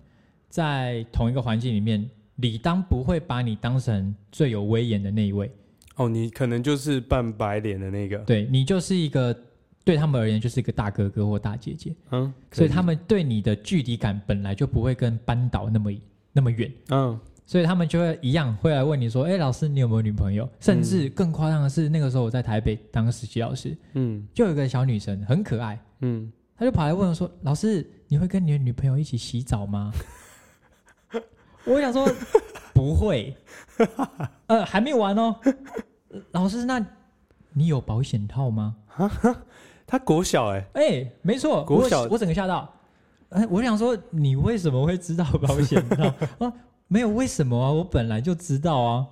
B: 在同一个环境里面，理当不会把你当成最有威严的那一位，
A: 哦，你可能就是扮白脸的那个，
B: 对你就是一个对他们而言就是一个大哥哥或大姐姐。
A: 嗯，
B: 所以
A: 可
B: 他们对你的距离感本来就不会跟班导那么那么远，
A: 嗯，
B: 所以他们就会一样会来问你说：“哎、老师，你有没有女朋友？”甚至更夸张的是，那个时候我在台北当实习老师，
A: 嗯
B: 就有一个小女生很可爱，
A: 嗯
B: 他就跑来问我说：“老师，你会跟你的女朋友一起洗澡吗？” 我想说不会，呃，还没完哦。老师，那你有保险套吗？
A: 他国小哎、
B: 哎、没错，
A: 国
B: 我
A: 小
B: 我整个吓到。哎、我想说你为什么会知道保险 套？啊，没有为什么啊，我本来就知道啊。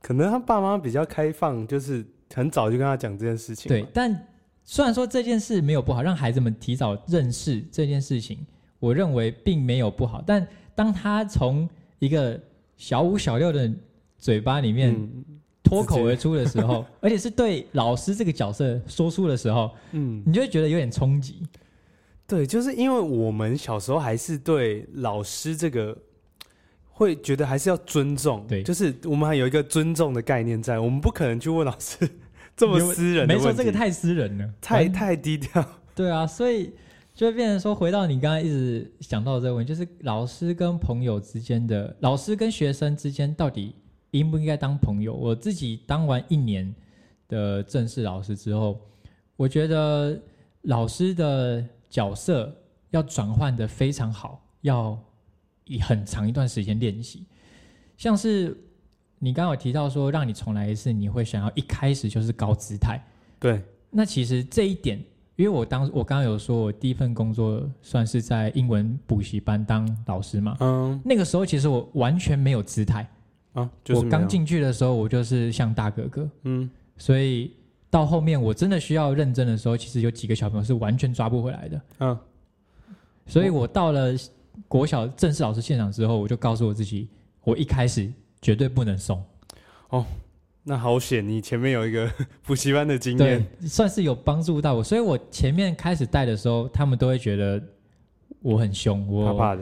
A: 可能他爸妈比较开放，就是很早就跟他讲这件事情。
B: 对，，但虽然说这件事没有不好，让孩子们提早认识这件事情，我认为并没有不好。但当他从一个小五小六的嘴巴里面
A: 嗯
B: 脱口而出的 时候，而且是对老师这个角色说出的时候，
A: 嗯，
B: 你就会觉得有点冲击。
A: 对，就是因为我们小时候还是对老师这个会觉得还是要尊重，
B: 对
A: 就是我们还有一个尊重的概念在，我们不可能去问老师 这么
B: 你有
A: 私人的
B: 没
A: 问题，
B: 错，这个太私人了，
A: 太
B: 完
A: 太低 调。
B: 对啊，所以就会变成说，回到你刚刚一直想到的这个问题，就是老师跟朋友之间的，老师跟学生之间到底应不应该当朋友？我自己当完一年的正式老师之后，我觉得老师的角色要转换的非常好，要以很长一段时间练习，像是。你刚刚有提到说，让你重来一次，你会想要一开始就是高姿态，
A: 对，
B: 那其实这一点，因为我当我刚刚有说，我第一份工作算是在英文补习班当老师嘛。
A: 嗯
B: 那个时候其实我完全没有姿态，
A: 啊，就是
B: 我
A: 没
B: 刚
A: 有，
B: 进去的时候我就是像大哥哥，
A: 嗯
B: 所以到后面我真的需要认真的时候，其实有几个小朋友是完全抓不回来的。
A: 嗯，
B: 所以我到了国小正式老师现场之后，我就告诉我自己，我一开始绝对不能松。
A: 那好险，你前面有一个 补习班的经
B: 对
A: 验，，
B: 算是有帮助到我。所以我前面开始带的时候，他们都会觉得我很凶，我
A: 怕怕的，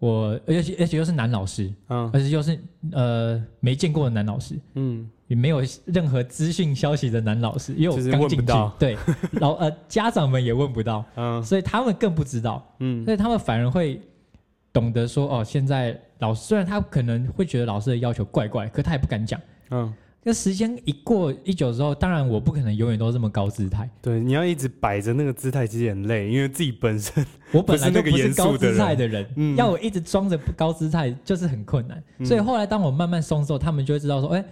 B: 我而且而且又是男老师，
A: 嗯
B: 而且又是呃没见过的男老师，
A: 嗯，
B: 也没有任何资讯消息的男老师，因为我
A: 就是
B: 刚
A: 问不
B: 进去
A: 到，
B: 对，然后呃家长们也问不到，
A: 嗯
B: 所以他们更不知道，
A: 嗯，
B: 所以他们反而会懂得说哦，现在老师虽然他可能会觉得老师的要求怪怪，可他也不敢讲。
A: 嗯，
B: 那时间一过一久之后，当然我不可能永远都这么高姿态，
A: 对，你要一直摆着那个姿态，其实很累，因为自己本身，
B: 我本来就
A: 不是那个
B: 不是
A: 严
B: 高
A: 肃的
B: 姿
A: 人
B: 态的人，
A: 嗯
B: 要我一直装着不高姿态就是很困难。
A: 嗯
B: 所以后来当我慢慢松之后，他们就会知道说，哎、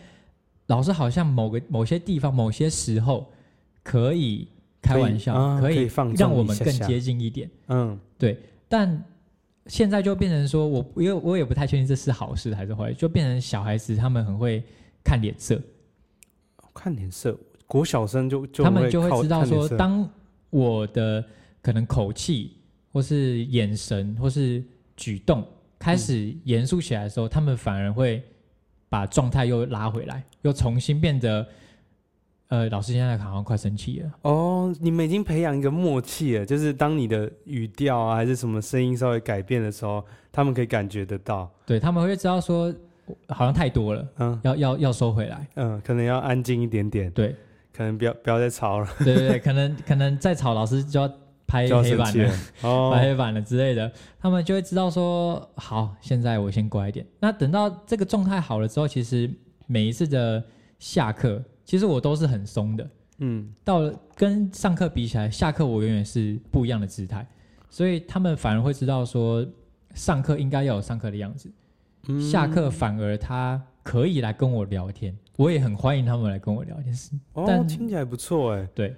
B: 老师好像某个某些地方、某些时候可以开玩笑，
A: 可以啊
B: 可
A: 可以放纵
B: 让我们
A: 一下
B: 更
A: 下
B: 接近一点。
A: 嗯
B: 但现在就变成说我，因为我也不太确定这是好事还是坏事，就变成小孩子他们很会看脸色，
A: 看脸色，国小生就就
B: 他们就
A: 靠
B: 会知道
A: 看脸
B: 说，
A: 色
B: 当我的可能口气或是眼神或是举动开
A: 嗯
B: 始严肃起来的时候，他们反而会把状态又拉回来，又重新变得，呃，老师现在好像快生气了。
A: 哦，你们已经培养一个默契了，就是当你的语调啊还是什么声音稍微改变的时候，他们可以感觉得到，
B: 对他们会知道说，好像太多了，
A: 嗯
B: 要要要收回来。
A: 嗯，可能要安静一点点，
B: 对
A: 可能不要不要再吵了，
B: 对对对，可能可能再吵，老师就要拍
A: 就要
B: 黑
A: 生
B: 板
A: 气
B: 了
A: 了。。哦
B: 白，黑板了之类的，他们就会知道说，好，现在我先乖一点。那等到这个状态好了之后，其实每一次的下课，其实我都是很松的。
A: 嗯，
B: 到了跟上课比起来，下课我永远是不一样的姿态，所以他们反而会知道说，上课应该要有上课的样子，
A: 嗯
B: 下课反而他可以来跟我聊天，我也很欢迎他们来跟我聊天。是
A: 哦，
B: 但
A: 听起来不错哎，
B: 对，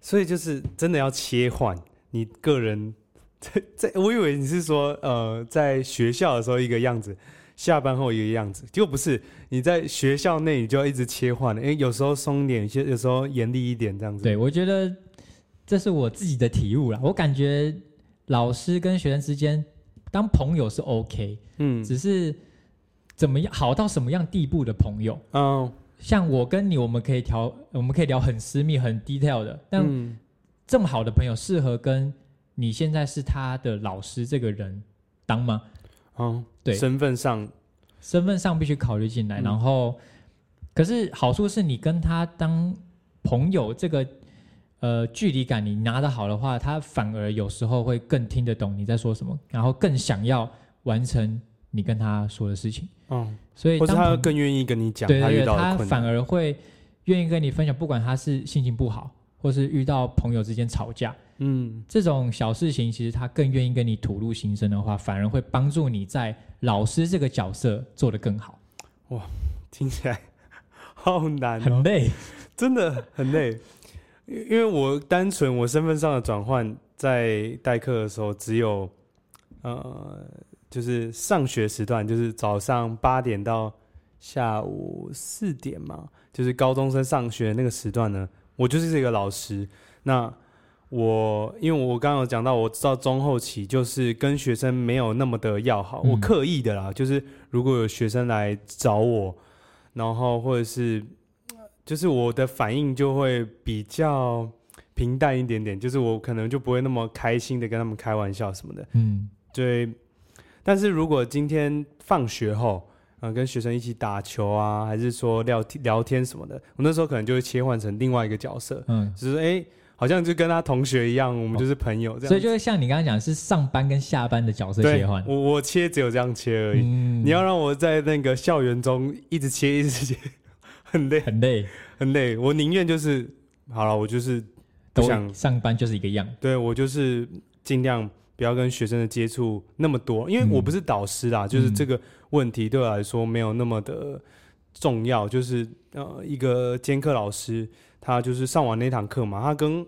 A: 所以就是真的要切换你个人， 在在我以为你是说呃在学校的时候一个样子，下班后一个样子，结果不是，你在学校内你就要一直切换了，因为有时候松一点，有些有时候严厉一点这样子。
B: 对，我觉得这是我自己的体悟啦。我感觉老师跟学生之间当朋友是 OK，、
A: 嗯，
B: 只是怎么样好到什么样地步的朋友，
A: 哦，
B: 像我跟你，我们可以调，我们可以聊很私密、很 detail 的，但
A: 嗯
B: 这么好的朋友适合跟你现在是他的老师这个人当吗？
A: 哦，
B: 对
A: 身份上，
B: 身份上必须考虑进来，
A: 嗯
B: 然后，可是好处是你跟他当朋友这个呃距离感你拿得好的话，他反而有时候会更听得懂你在说什么，然后更想要完成你跟他说的事情。
A: 哦，
B: 所以
A: 或是
B: 当
A: 他
B: 朋
A: 更愿意跟你讲
B: 对
A: 他
B: 对
A: 遇
B: 对，
A: 到
B: 他
A: 的困
B: 反
A: 难。
B: 而会愿意跟你分享，不管他是心情不好或是遇到朋友之间吵架，
A: 嗯，
B: 这种小事情，其实他更愿意跟你吐露心声的话，反而会帮助你在老师这个角色做得更好。
A: 听起来 好难哦、
B: 很累，
A: 真的很累。因因为我单纯我身份上的转换，在代课的时候只有，呃，就是上学时段，就是早上八点到下午四点嘛，就是高中生上学那个时段呢，我就是这个老师。那我因为我刚刚有讲到，我到中后期就是跟学生没有那么的要好，
B: 嗯
A: 我刻意的啦，就是如果有学生来找我，然后或者是就是我的反应就会比较平淡一点点，就是我可能就不会那么开心的跟他们开玩笑什么的。
B: 嗯，
A: 对，但是如果今天放学后，嗯、跟学生一起打球啊，还是说聊天聊天什么的，我那时候可能就会切换成另外一个角色，
B: 嗯，
A: 就是哎、诶好像就跟他同学一样，我们就是朋友这样。
B: 哦所以就会像你刚刚讲，是上班跟下班的角色
A: 对
B: 切换，。
A: 我我切只有这样切而已。
B: 嗯
A: 你要让我在那个校园中一直切一直切， 很累
B: 很累，
A: 很累。我宁愿就是好了，我就是不
B: 都
A: 想
B: 上班就是一个样。
A: 对我就是尽量不要跟学生的接触那么多，因为
B: 嗯
A: 我不是导师啦，就是
B: 嗯
A: 这个问题对我来说没有那么的重要。就是呃，一个兼课老师，他就是上完那堂课嘛，他跟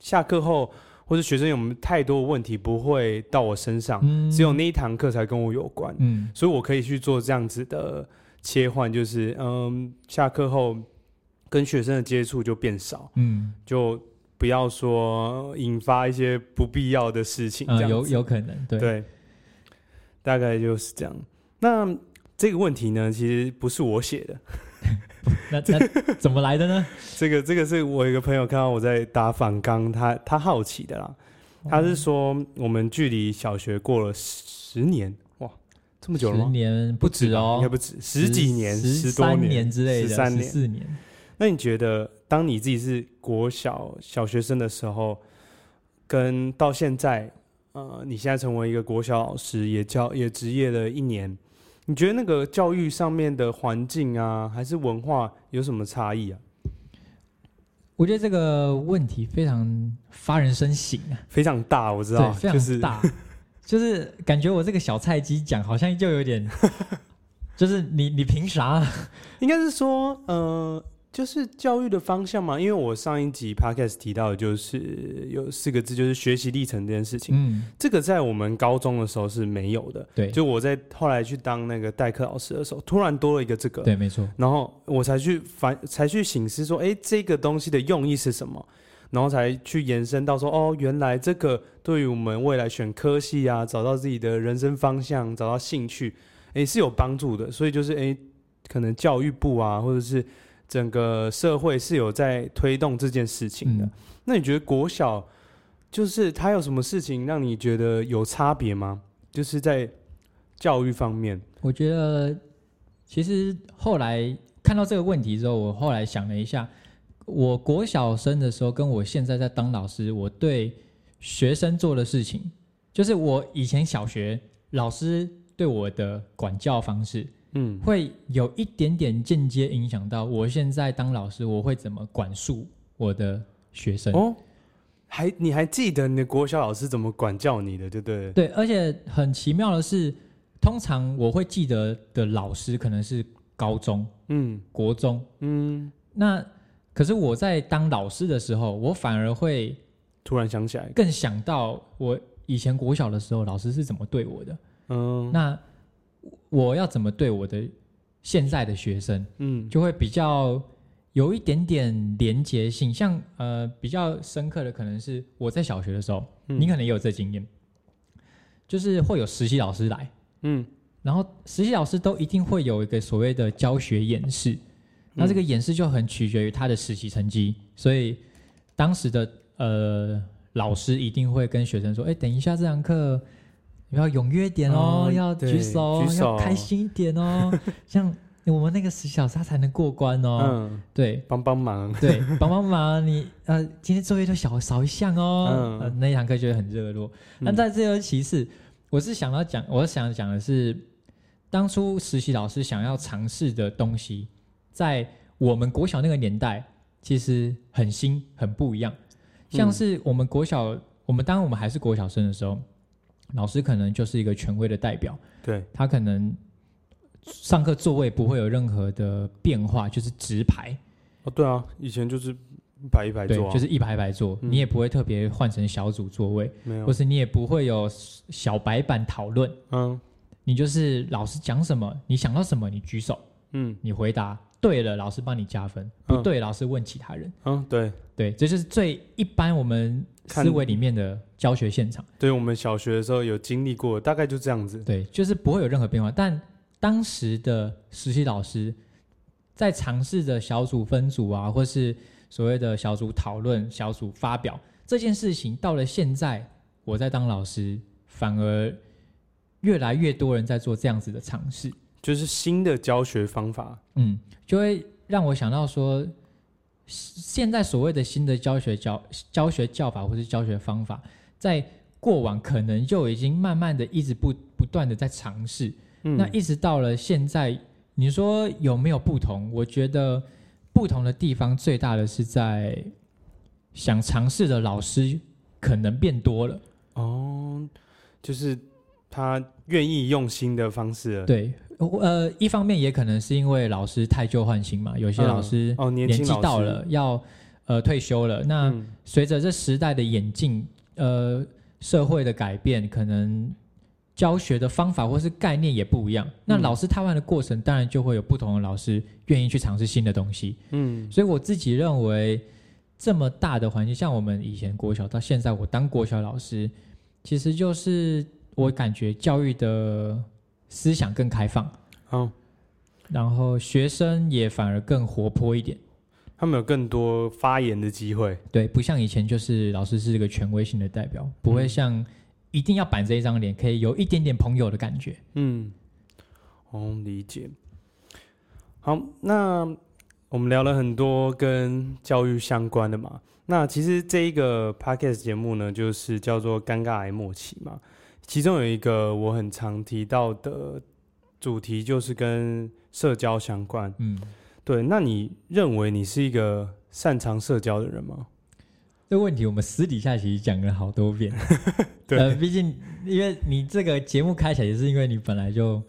A: 下课后或者学生有没有太多的问题不会到我身上，
B: 嗯
A: 只有那一堂课才跟我有关，
B: 嗯
A: 所以我可以去做这样子的切换，就是嗯，下课后跟学生的接触就变少。
B: 嗯
A: 就不要说引发一些不必要的事情。这
B: 呃，
A: 样
B: 有
A: 子
B: 有可能，对，
A: 对，大概就是这样。那这个问题呢，其实不是我写的，
B: 那那怎么来的呢？
A: 这个这个是我有一个朋友看到我在打反纲，他他好奇的啦，他是说我们距离小学过了十年，哇， 这么久了
B: 十
A: 吗？
B: 年不止
A: 吧
B: 哦，
A: 应该不止十几年、
B: 十
A: 多
B: 三年之类的，
A: 十三
B: 十
A: 年。
B: 四年。
A: 那你觉得，当你自己是国小小学生的时候，跟到现在，呃，你现在成为一个国小老师，也教也职业了一年，你觉得那个教育上面的环境啊，还是文化有什么差异啊？
B: 我觉得这个问题非常发人深省啊。
A: 非常大，我知道，
B: 对，非
A: 就是
B: 常大， 就是感觉我这个小菜鸡讲好像就 有点，就是你你凭啥？
A: 应该是说，呃，就是教育的方向嘛。因为我上一集 podcast 提到，的就是有四个字，就是学习历程这件事情。
B: 嗯，
A: 这个在我们高中的时候是没有的，
B: 对，
A: 就我在后来去当那个代课老师的时候，突然多了一个这个，
B: 对，没错，
A: 然后我才去反才去醒思说，哎，这个东西的用意是什么？然后才去延伸到说，哦，原来这个对于我们未来选科系啊，找到自己的人生方向，找到兴趣，哎，是有帮助的。所以就是，哎，可能教育部啊，或者是整个社会是有在推动这件事情的。
B: 嗯
A: 那你觉得国小就是它有什么事情让你觉得有差别吗？就是在教育方面，
B: 我觉得其实后来看到这个问题之后，我后来想了一下，我国小生的时候跟我现在在当老师，我对学生做的事情，就是我以前小学老师对我的管教方式，
A: 嗯
B: 会有一点点间接影响到我现在当老师，我会怎么管束我的学生。
A: 哦，还你还记得你的国小老师怎么管教你的，对不对？
B: 对，而且很奇妙的是，通常我会记得的老师可能是高中、
A: 嗯
B: 国中。
A: 嗯，
B: 那可是我在当老师的时候，我反而会
A: 突然想起来，
B: 更想到我以前国小的时候，老师是怎么对我的。
A: 嗯
B: 那我要怎么对我的现在的学生？
A: 嗯
B: 就会比较有一点点连结性。像呃比较深刻的，可能是我在小学的时候，
A: 嗯
B: 你可能也有这经验，就是会有实习老师来，
A: 嗯
B: 然后实习老师都一定会有一个所谓的教学演
A: 嗯
B: 示，那这个演示就很取决于他的实习成绩，所以当时的呃老师一定会跟学生说：“哎，等一下这堂课。”你要踊跃一点哦，
A: 嗯
B: 要
A: 对
B: 举手哦，
A: 举手
B: 要开心一点哦，像我们那个实习老师他才能过关哦。
A: 嗯，
B: 对
A: 帮帮忙，
B: 对，帮帮忙，你呃，今天作业就小少一项哦
A: 嗯。
B: 呃那一堂课就会很热络。那、
A: 嗯
B: 在这个其次，我是想要讲，我想讲的是，当初实习老师想要尝试的东西，在我们国小那个年代，其实很新，很不一样。
A: 嗯
B: 像是我们国小，我们当我们还是国小生的时候，老师可能就是一个权威的代表，
A: 对，
B: 他可能上课座位不会有任何的变化，就是直排，
A: 哦，对啊，以前就是摆一摆
B: 对
A: 做、，啊，
B: 就是一排一排坐，
A: 嗯
B: 你也不会特别换成小组座位，
A: 没有
B: 或，是你也不会有小白板讨论，
A: 嗯
B: 你就是老师讲什么，你想到什么你举手，
A: 嗯
B: 你回答对了，老师帮你加分；
A: 嗯
B: 不对，老师问其他人。
A: 嗯，对，
B: 对，这就是最一般我们
A: 看
B: 思维里面的教学现场。
A: 对我们小学的时候有经历过，大概就这样子，
B: 对，就是不会有任何变化。但当时的实习老师在尝试着小组分组啊，或是所谓的小组讨论、小组发表这件事情，到了现在，我在当老师，反而越来越多人在做这样子的尝试。
A: 就是新的教学方法，
B: 嗯，就会让我想到说，现在所谓的新的教学教教学教法或是教学方法，在过往可能就已经慢慢的一直不不断的在尝试，
A: 嗯，
B: 那一直到了现在，你说有没有不同？我觉得不同的地方最大的是在想尝试的老师可能变多了，
A: 哦，就是他愿意用新的方式了，
B: 对。呃，一方面也可能是因为老师太旧换新嘛，有些
A: 嗯
B: 老师
A: 哦年
B: 年
A: 轻
B: 纪
A: 老师
B: 到了、要呃退休了，那、
A: 嗯
B: 随着这时代的演进，呃，社会的改变，可能教学的方法或是概念也不一样。那
A: 嗯
B: 老师探班的过程，当然就会有不同的老师愿意去尝试新的东西。
A: 嗯，
B: 所以我自己认为，这么大的环境，像我们以前国小到现在，我当国小老师，其实就是我感觉教育的思想更开放，
A: 好，
B: 然后学生也反而更活泼一点。
A: 他们有更多发言的机会，
B: 对，不像以前就是老师是一个权威性的代表，不会像一定要板着一张脸，可以有一点点朋友的感觉。
A: 嗯，哦，理解。好，那我们聊了很多跟教育相关的嘛。那其实这一个 podcast 节目呢，就是叫做“尴尬癌末期”嘛。其中有一个我很常提到的主题，就是跟社交相关。
B: 嗯，
A: 对，那你认为你是一个擅长社交的人吗？
B: 这问题我们私底下其实讲了好多遍。
A: 对
B: 呃，毕竟因为你这个节目开起来也是因为你本来就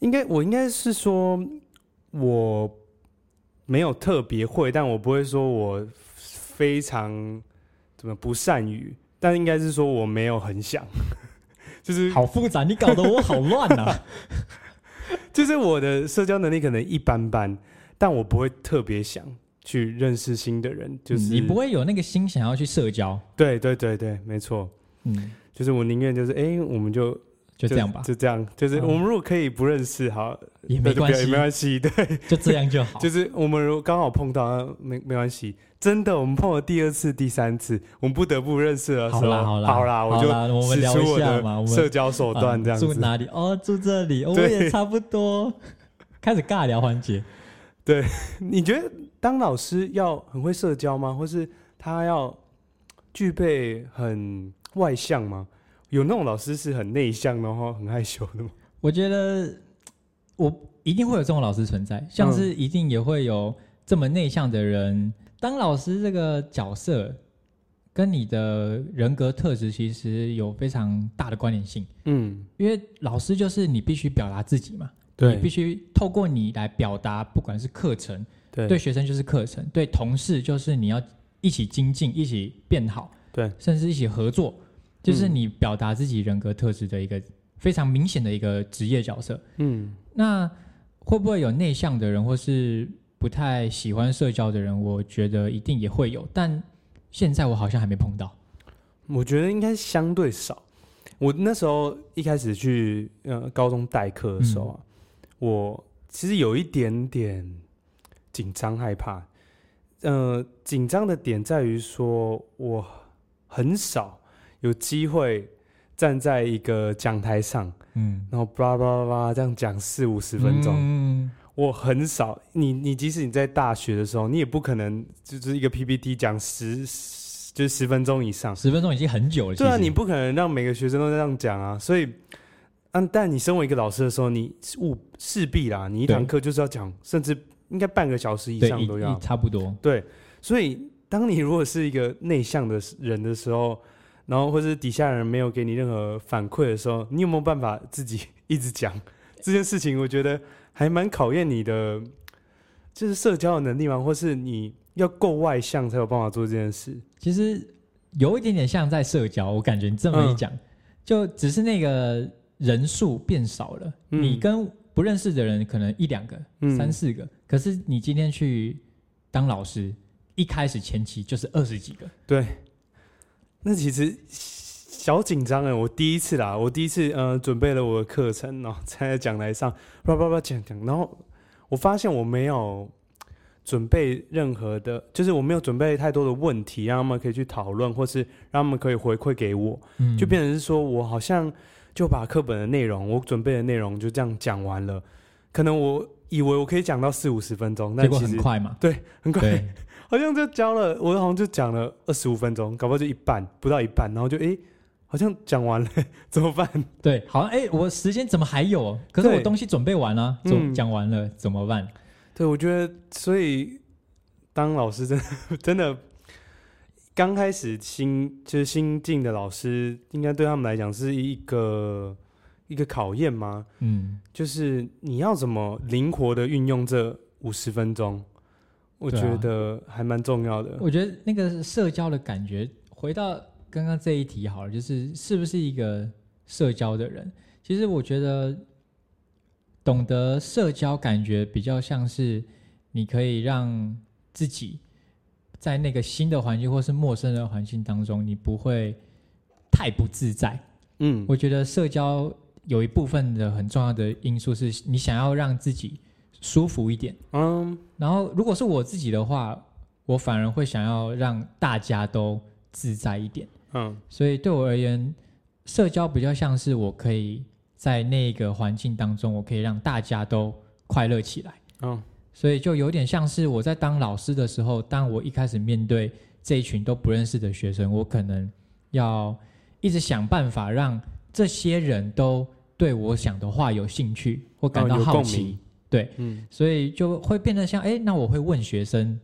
A: 应该，我应该是说，我没有特别会，但我不会说我非常怎么不善于，但应该是说我没有很想， 就是
B: 好复杂，你搞得我好乱啊。
A: 就是我的社交能力可能一般般，但我不会特别想去认识新的人， 就是、
B: 你不会有那个心想要去社交。
A: 对对对对，没错，
B: 嗯，
A: 就是我宁愿就是哎、我们就
B: 就这样吧，
A: 就这样，就是
B: 嗯
A: 我们如果可以不认识好，
B: 也
A: 那就
B: 没
A: 不
B: 关
A: 要也
B: 系
A: 没，关系，对。
B: 就这样就好。
A: 就是我们如果刚好碰到，啊没没关系，真的，我们碰了第二次、第三次，我们不得不认识的时候，
B: 好啦好啦
A: 好啦，
B: 好啦
A: 就
B: 我们
A: 使出
B: 聊
A: 我
B: 一下嘛我
A: 的
B: 们
A: 社交手段这样
B: 啊
A: 子
B: 住。哪里？哦，住这里，哦我
A: 对
B: 也差不多。开始尬聊环节。
A: 你觉得当老师要很会社交吗？或是他要具备很外向吗？有那种老师是很内向，然后很害羞的吗？
B: 我觉得我一定会有这种老师存在，像是
A: 嗯
B: 一定也会有这么内向的人。当老师这个角色跟你的人格特质其实有非常大的关联性，
A: 嗯，
B: 因为老师就是你必须表达自己嘛，你必
A: 对
B: 须透过你来表达，不管是课程
A: 对
B: 对学生就是课程，对同事就是你要一起精进，一起变好，
A: 对，
B: 甚至一起合作，就是
A: 嗯
B: 你表达自己人格特质的一个非常明显的一个职业角色。
A: 嗯
B: 那会不会有内向的人，或是不太喜欢社交的人？我觉得一定也会有，但现在我好像还没碰到。
A: 我觉得应该相对少。我那时候一开始去呃高中代课的时候啊，我其实有一点点紧张害怕。呃，紧张的点在于说我很少有机会站在一个讲台上，
B: 嗯，
A: 然后巴拉巴拉巴拉这样讲四五十分钟。
B: 嗯，
A: 我很少，你你即使你在大学的时候，你也不可能就是一个 PPT 讲十十就是十分钟以上。
B: 十分钟已经很久了。
A: 对啊，
B: 其实
A: 你不可能让每个学生都这样讲啊，所以嗯，但你身为一个老师的时候，你务势必啦，你一堂
B: 对
A: 课就是要讲，甚至应该半个小时以
B: 对，
A: 上
B: 一
A: 都要
B: 一。差不多，
A: 对，所以当你如果是一个内向的人的时候，然后或是底下人没有给你任何反馈的时候，你有没有办法自己一直讲这件事情？我觉得还蛮考验你的，就是社交的能力嘛，或是你要够外向才有办法做这件事。
B: 其实有一点点像在社交，我感觉你这么一
A: 嗯
B: 讲，就只是那个人数变少了，
A: 嗯
B: 你跟不认识的人可能一两个、
A: 嗯
B: 三四个，可是你今天去当老师，一开始前期就是二十几个，
A: 对，那其实小紧张哎，我第一次啦，我第一次呃准备了我的课程，然后在讲台上叭叭叭讲讲，然后我发现我没有准备任何的，就是我没有准备太多的问题，让他们可以去讨论，或是让他们可以回馈给我，
B: 嗯，
A: 就变成是说我好像就把课本的内容，我准备的内容就这样讲完了，可能我以为我可以讲到四五十分钟，
B: 结
A: 但
B: 果
A: 其
B: 很
A: 实
B: 快嘛，
A: 对很快。
B: 对，
A: 好像就教了，我好像就讲了二十五分钟，搞不好就一半不到一半，然后就诶，好像讲完了， 怎么办？
B: 对，好像哎、我时间怎么还有？哦可是
A: 对
B: 我东西准备完了、怎
A: 嗯
B: 讲完了怎么办？
A: 对，我觉得所以当老师真的 真的刚开始新就是新进的老师，应该对他们来讲是一个一个考验吗？
B: 嗯，
A: 就是你要怎么灵活的运用这五十分钟，我
B: 对啊
A: 觉得还蛮重要的。
B: 我觉得那个社交的感觉，回到刚刚这一题好了，就是是不是一个社交的人？其实我觉得懂得社交，感觉比较像是你可以让自己在那个新的环境或是陌生的环境当中，你不会太不自在。
A: 嗯，
B: 我觉得社交有一部分的很重要的因素是你想要让自己舒服一点。
A: 嗯，
B: 然后如果是我自己的话，我反而会想要让大家都自在一点。
A: 嗯，
B: 所以对我而言，社交比较像是我可以在那个环境当中，我可以让大家都快乐起来。
A: 嗯，
B: 所以就有点像是我在当老师的时候，当我一开始面对这一群都不认识的学生，我可能要一直想办法让这些人都对我想的话有兴趣或感
A: 哦
B: 到
A: 有
B: 好
A: 共
B: 奇。
A: 鸣，
B: 对，
A: 嗯。
B: 所以就会变得像，哎，那我会问学生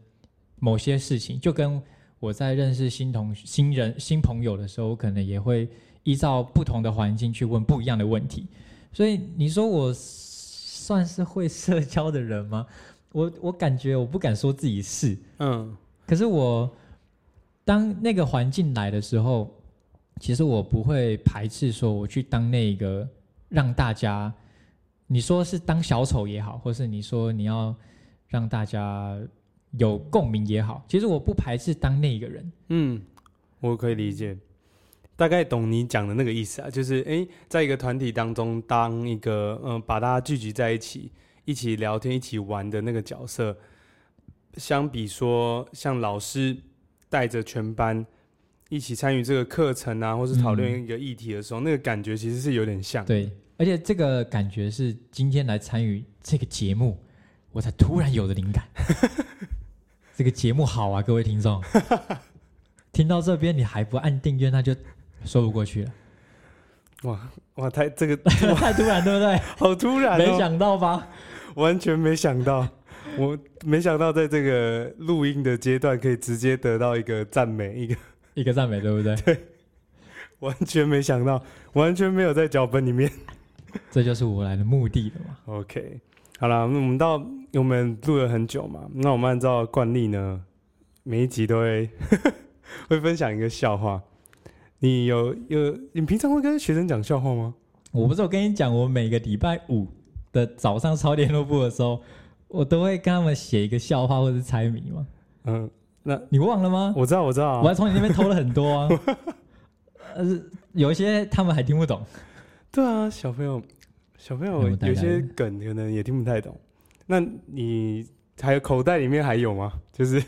B: 某些事情，就跟我在认识新同新人、新朋友的时候，我可能也会依照不同的环境去问不一样的问题。所以你说我算是会社交的人吗？我我感觉我不敢说自己是，
A: 嗯
B: 可是我当那个环境来的时候，其实我不会排斥说我去当那个让大家，你说是当小丑也好，或是你说你要让大家有共鸣也好，其实我不排斥当那个人。
A: 嗯，我可以理解，大概懂你讲的那个意思啊，就是诶，在一个团体当中，当一个嗯、把大家聚集在一起，一起聊天、一起玩的那个角色，相比说像老师带着全班一起参与这个课程啊，或是讨论一个议题的时候，那个感觉其实是有点像。
B: 嗯对，而且这个感觉是今天来参与这个节目，我才突然有的灵感。这个节目好啊，各位听众，听到这边你还不按订阅，那就说不过去了。
A: 哇，太这个
B: 太突然，对不对？
A: 好突然、哦，
B: 没想到吧？
A: 完全没想到，我没想到在这个录音的阶段可以直接得到一个赞美，一个。
B: 一个赞美，对不对？
A: 完全没想到，完全没有在脚本里面。
B: 这就是我来的目的了嘛。
A: OK，好了，那我们到我们录了很久嘛，那我们按照惯例呢，每一集都会 会分享一个笑话。你有有你平常会跟学生讲笑话吗？
B: 我不是有跟你讲，我每个礼拜五的早上抄联络簿的时候，我都会跟他们写一个笑话或者是猜谜吗？
A: 嗯，
B: 你忘了吗？
A: 我知道，我知道
B: 我
A: 啊、
B: 还从你那边偷了很多啊。呃，有一些他们还听不懂。
A: 对啊，小朋友，小朋友
B: 那我大概
A: 有些梗可能也听不太懂。那你还有口袋里面还有吗？就是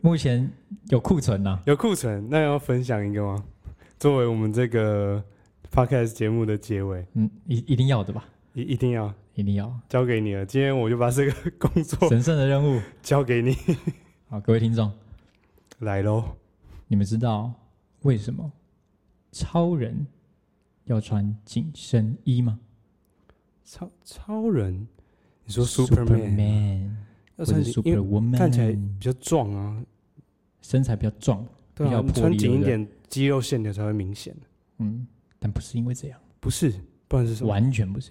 B: 目前有库存啊呐、
A: 有库存，那要分享一个吗？作为我们这个 podcast 节目的结尾。
B: 嗯，一一定要的吧，
A: 一一定要
B: 一定要
A: 交给你了。今天我就把这个工作
B: 神圣的任务。
A: 交给你
B: 好，各位听众，
A: 来喽。
B: 你们知道为什么超人要穿紧身衣吗？
A: 超超人，你说 Superman
B: Superman
A: 要
B: 或者
A: 穿紧，因为
B: Superwoman，
A: 看起来比较壮啊，
B: 身材比较壮，
A: 对
B: 比
A: 啊，
B: 较
A: 我们
B: 魄
A: 穿
B: 力
A: 紧一
B: 对不对
A: 点，肌肉线条才会明显。
B: 嗯，但不是因为这样，
A: 不是，不然是什么？
B: 完全不是，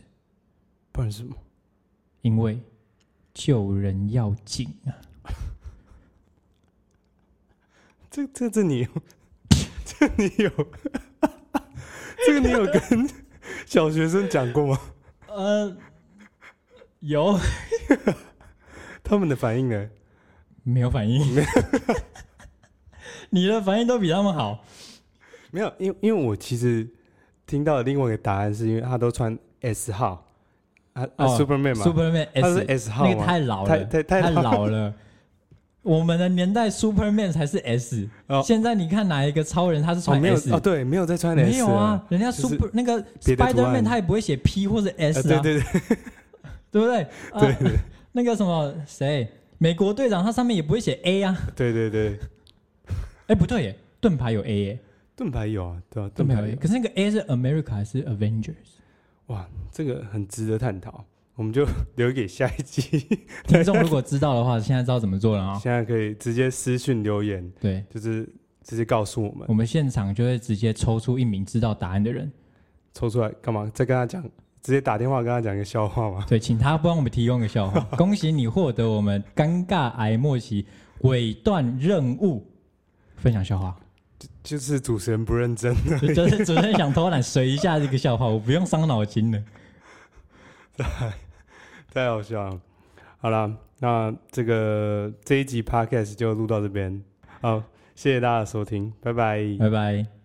A: 不然是什么？
B: 因为救人要紧啊，
A: 这这这你有， 这你有， 这个你有跟 小学生讲过吗？
B: 呃，有
A: 他们的反应呢？
B: 没 有反应？你的反应都比他们好，
A: 没有，因为因为我其实听到的另外一个答案是因为他都穿 S 号，啊啊
B: 哦
A: Superman 嘛，
B: Superman
A: 他是
B: S，
A: S 号
B: 那个
A: 嘛，
B: 太老
A: 太
B: 了，
A: 太太
B: 太
A: 老哦
B: 老了。我们的年代 Superman 才是 S，、
A: 哦
B: 现在你看哪一个超人他是
A: 哦
B: 穿
A: 没有
B: S？、
A: 哦对，没有在穿 S，
B: 没有啊
A: 了，，
B: 人家
A: 就是
B: Super、那个
A: 别的图案
B: Spiderman 他也不会写 P 或者
A: 啊
B: S 啊，
A: 对对对
B: 对不对？啊
A: 对对
B: 那个什么谁，美国队长他上面也不会写 A 啊，
A: 对对对，
B: 哎不对耶，盾牌有 A 耶，
A: 盾牌有啊，对啊，盾
B: 盾牌有
A: 牌
B: A，
A: 有
B: 可，是那个 A 是 America 还是 Avengers？
A: 哇，这个很值得探讨，我们就 留给下一集，
B: 听众如果知道的话，现在知道怎么做了 啊、
A: 现在可以直接私信留言，
B: 对，
A: 就是直接告诉我们
B: 我们现场就会直接抽出一名知道答案的人，
A: 抽出来干嘛，再跟他讲，直接打电话跟他讲一个笑话嘛，
B: 对，请他帮我们提供个笑话。恭喜你获得我们尴尬癌末期尾段任务分享笑话，
A: 就是主持人不认真。
B: 就就是 主持人想偷懒随一下这个笑话，我不用伤脑筋了。
A: 太好笑了。好啦，那这个这一集 podcast 就录到这边，好，谢谢大家的收听，拜拜。
B: 拜拜。